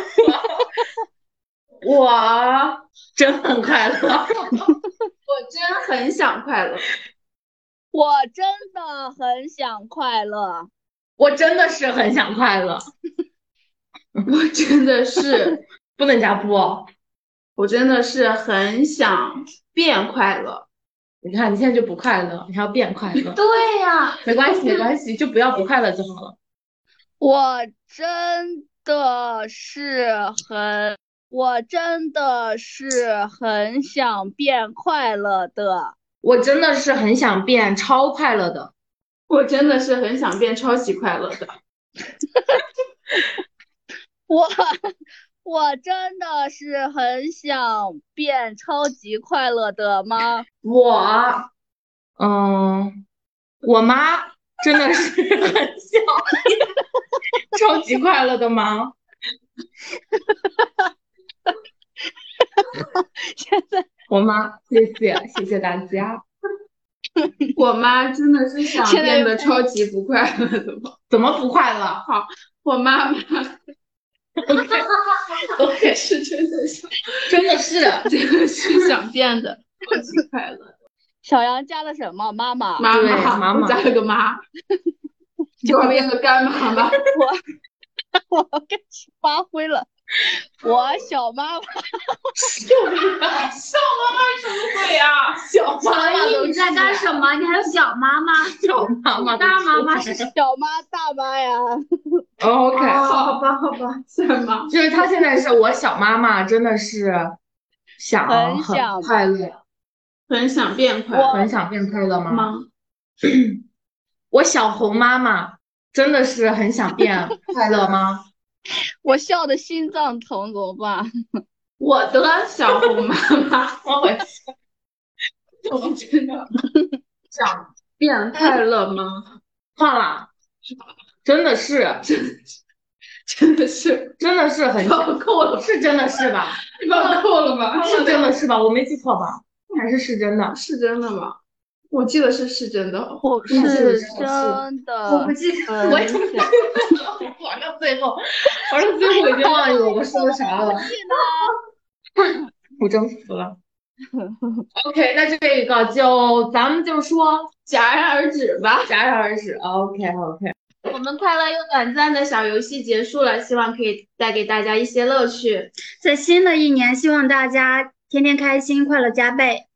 [SPEAKER 3] 我真很快乐，
[SPEAKER 2] 我真很想快乐，
[SPEAKER 6] 我真的很想快乐，
[SPEAKER 3] 我真的是很想快乐。
[SPEAKER 2] 我真的是，
[SPEAKER 3] 不能加不哦，
[SPEAKER 2] 我真的是很想变快乐。
[SPEAKER 3] 你看你现在就不快乐，你还要变快乐
[SPEAKER 5] 对呀、
[SPEAKER 3] 没关系，没关系，就不要不快乐就好了。
[SPEAKER 6] 我真的是很，我真的是很想变快乐的，
[SPEAKER 3] 我真的是很想变超快乐的。
[SPEAKER 2] 我真的是很想变超级快乐的。
[SPEAKER 6] 我我真的是很想变超级快乐的吗？
[SPEAKER 3] 我，嗯，我妈真的是很想 超级快乐的妈。
[SPEAKER 6] 现在
[SPEAKER 3] 我妈，谢谢谢谢大家。
[SPEAKER 2] 我妈真的是想
[SPEAKER 6] 现在
[SPEAKER 2] 变得超级不快乐的吗？
[SPEAKER 3] 怎么不快乐
[SPEAKER 2] 我妈妈
[SPEAKER 3] ？OK，
[SPEAKER 2] 是真的想，
[SPEAKER 3] 真的是
[SPEAKER 2] 真的是想变得超级快乐。
[SPEAKER 6] 小杨加了什么？妈 妈，
[SPEAKER 2] 妈
[SPEAKER 3] 对
[SPEAKER 2] 妈，
[SPEAKER 3] 妈妈
[SPEAKER 2] 我加了个妈，就要变个干妈妈。
[SPEAKER 6] 我我开始发挥了，我小妈妈
[SPEAKER 2] 救命啊！
[SPEAKER 7] 笑妈妈什么鬼啊？
[SPEAKER 2] 小妈妈
[SPEAKER 5] 所
[SPEAKER 2] 都
[SPEAKER 5] 以你在
[SPEAKER 2] 是
[SPEAKER 5] 干什么？你还有小妈妈、
[SPEAKER 3] 小妈妈的
[SPEAKER 5] 大妈妈
[SPEAKER 3] 说法
[SPEAKER 5] 是谁？
[SPEAKER 6] 小妈大妈呀，
[SPEAKER 3] 哦
[SPEAKER 5] 哦
[SPEAKER 3] OK，
[SPEAKER 2] 好吧，好吧，什么？
[SPEAKER 3] 就是她现在是我小妈妈，真的是想
[SPEAKER 6] 很
[SPEAKER 3] 很
[SPEAKER 6] 想
[SPEAKER 3] 快乐，
[SPEAKER 2] 很想变快
[SPEAKER 6] 我
[SPEAKER 3] 很想变快乐吗？
[SPEAKER 2] 吗？
[SPEAKER 3] 我小红妈妈真的是很想变快乐 吗？
[SPEAKER 6] 我笑的心脏疼，怎么办？
[SPEAKER 2] 我的小红妈妈，
[SPEAKER 3] 我会
[SPEAKER 2] 我真的
[SPEAKER 3] 想
[SPEAKER 2] 变快乐吗？
[SPEAKER 3] 换了，真的是，
[SPEAKER 2] 真的是
[SPEAKER 3] 真的是很想，
[SPEAKER 2] 搞够了吧，
[SPEAKER 3] 是真的是吧？
[SPEAKER 2] 搞够了吧？
[SPEAKER 3] 是真的是吧？我没记错吧？还是是真的？
[SPEAKER 2] 是真的吗？我记得是是真的。
[SPEAKER 6] 我
[SPEAKER 3] 是
[SPEAKER 6] 是
[SPEAKER 3] 是
[SPEAKER 6] 真
[SPEAKER 5] 我
[SPEAKER 6] 的
[SPEAKER 5] 不，记得。
[SPEAKER 6] 很
[SPEAKER 3] 我也不
[SPEAKER 6] 想
[SPEAKER 3] 玩到最后，玩到最后已经忘记我们说的啥了。 不征服了。OK，那这个就咱们就说
[SPEAKER 2] 戛然而止吧。
[SPEAKER 3] 戛然而止。OK OK，
[SPEAKER 2] 我们快乐又短暂的小游戏结束了，希望可以带给大家一些乐趣。
[SPEAKER 5] 在新的一年，希望大家天天开心，快乐加倍。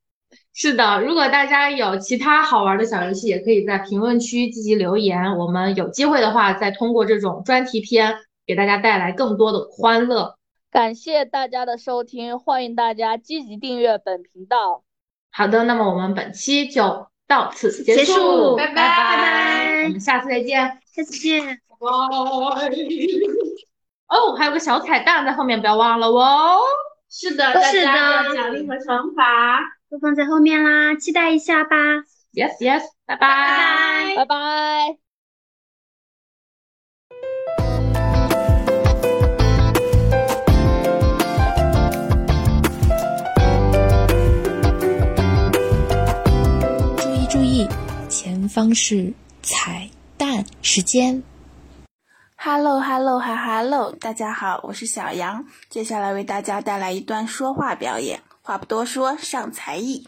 [SPEAKER 3] 是的，如果大家有其他好玩的小游戏，也可以在评论区积极留言，我们有机会的话再通过这种专题片给大家带来更多的欢乐。
[SPEAKER 6] 感谢大家的收听，欢迎大家积极订阅本频道。
[SPEAKER 3] 好的，那么我们本期就到此结
[SPEAKER 5] 结束
[SPEAKER 3] 拜
[SPEAKER 5] 拜
[SPEAKER 3] 拜
[SPEAKER 5] 拜
[SPEAKER 3] 我们下次再见。
[SPEAKER 5] 下次见。
[SPEAKER 3] 哦，还有个小彩蛋在后面，不要忘了哦。
[SPEAKER 2] 是的，大
[SPEAKER 5] 是
[SPEAKER 2] 家
[SPEAKER 5] 的
[SPEAKER 2] 有奖励和惩罚。
[SPEAKER 5] 都放在后面啦，期待一下吧。
[SPEAKER 3] Yes yes，拜拜。
[SPEAKER 6] 拜拜。
[SPEAKER 8] 注意注意，前方是彩蛋时间。
[SPEAKER 9] Hello Hello 哈 Hello，大家好，我是小杨，接下来为大家带来一段说话表演。话不多说，上才艺。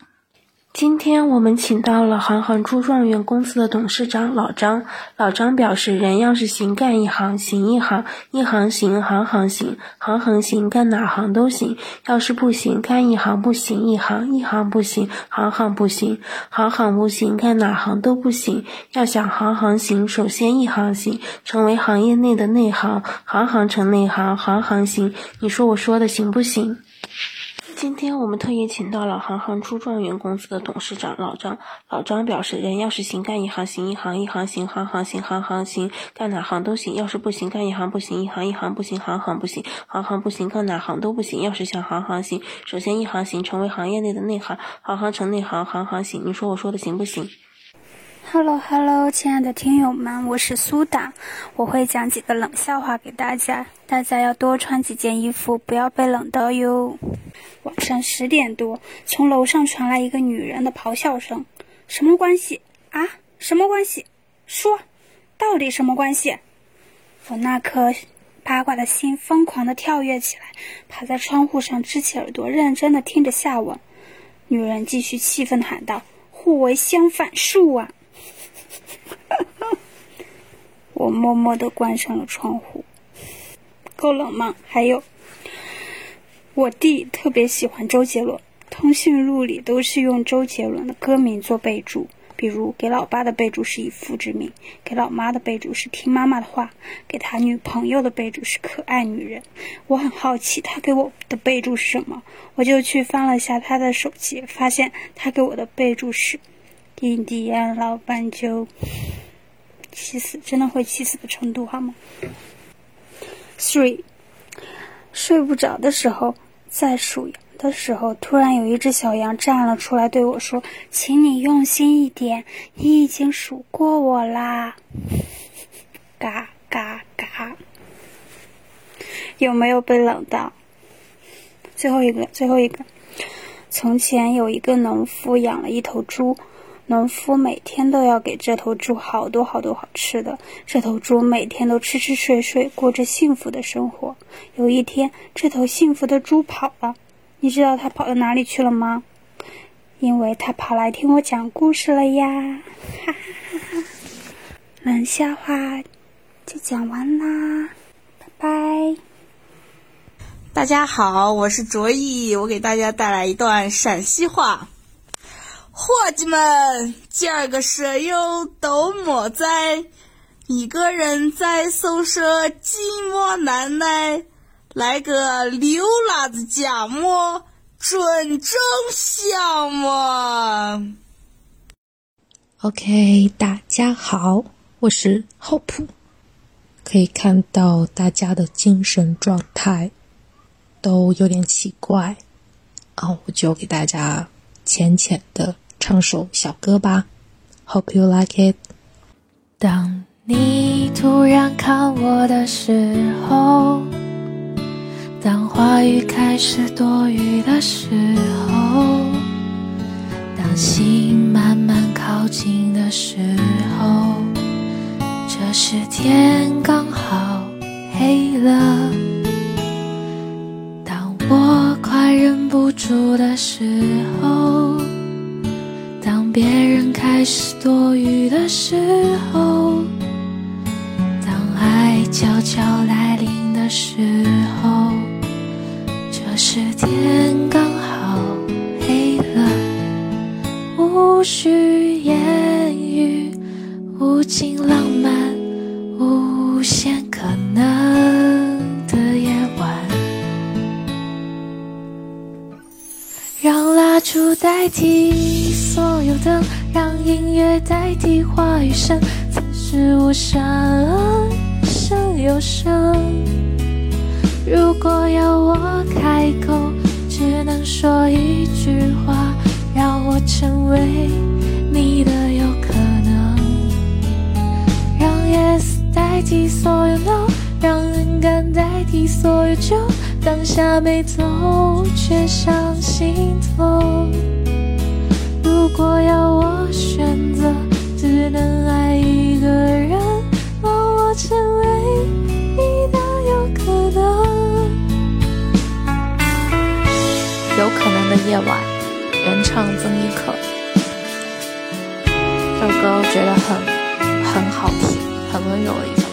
[SPEAKER 10] 今天我们请到了行行出状元公司的董事长老张。老张表示，人要是行干一行，行一行，一行行，行行行，行行行，干哪行都行。要是不行，干一行不行，一行一行不行，行行不行，行行不行，干哪行都不行。要想行行行，首先一行行，成为行业内的内行，行行成内行，行行行。你说我说的行不行？今天我们特意请到了行行出状元公司的董事长老张。老张表示，人要是行干一行行一行，一行行行行行行行行，干哪行都行；要是不行，干一行不行，一行一行不行，行行不行，行行不行，干哪行都不行。要是想行行行，首先一行行，成为行业内的内行，行行成内行，行行行。你说我说的行不行？
[SPEAKER 11] Hello Hello，亲爱的听友们，我是苏打，我会讲几个冷笑话给大家，大家要多穿几件衣服，不要被冷到哟。晚上十点多，从楼上传来一个女人的咆哮声：“什么关系啊？什么关系？说，到底什么关系？”我那颗八卦的心疯狂地跳跃起来，趴在窗户上支起耳朵，认真地听着下文。女人继续气愤地喊道：“互为相反数啊！”我默默地关上了窗户。够冷吗？还有，我弟特别喜欢周杰伦，通讯录里都是用周杰伦的歌名做备注，比如给老爸的备注是以父之名，给老妈的备注是听妈妈的话，给他女朋友的备注是可爱女人。我很好奇他给我的备注是什么，我就去翻了一下他的手机，发现他给我的备注是印第安老斑鸠。气死，真的会气死的程度，好吗？Three，睡不着的时候，在数羊的时候，突然有一只小羊站了出来，对我说：“请你用心一点，你已经数过我啦。” 嘎嘎嘎！有没有被冷到？最后一个，最后一个。从前有一个农夫养了一头猪，农夫每天都要给这头猪好多好多好吃的，这头猪每天都吃吃睡睡，过着幸福的生活。有一天，这头幸福的猪跑了，你知道它跑到哪里去了吗？因为它跑来听我讲故事了呀！哈哈哈哈！冷笑话就讲完啦，拜拜。
[SPEAKER 9] 大家好，我是卓毅，我给大家带来一段陕西话。伙计们，今儿个舍友都莫在，一个人在宿舍寂寞难耐，来个溜辣子夹馍，准正香么
[SPEAKER 12] ？OK，大家好，我是 Hope，可以看到大家的精神状态。都有点奇怪，啊，我就给大家浅浅的唱首小歌吧。Hope you like it。
[SPEAKER 5] 当你突然看我的时候，当话语开始多余的时候，当心慢慢靠近的时候，这时天刚好黑了。我快忍不住的时候，当别人开始多余的时候，当爱悄悄来临的时候，这时天刚好黑了，无需言语，无尽浪漫，无限可能的夜晚。让蜡烛代替所有灯，让音乐代替话语声，此时无声胜有声。如果要我开口，只能说一句话，让我成为你的有可能。让 yes 代替所有 no，让勇敢代替所有就。当下没走，却上心头。如果要我选择，只能爱一个人，让我成为你的有可能。
[SPEAKER 13] 有可能的夜晚，原唱曾轶可。这首歌我觉得很很好听，很温柔的一首。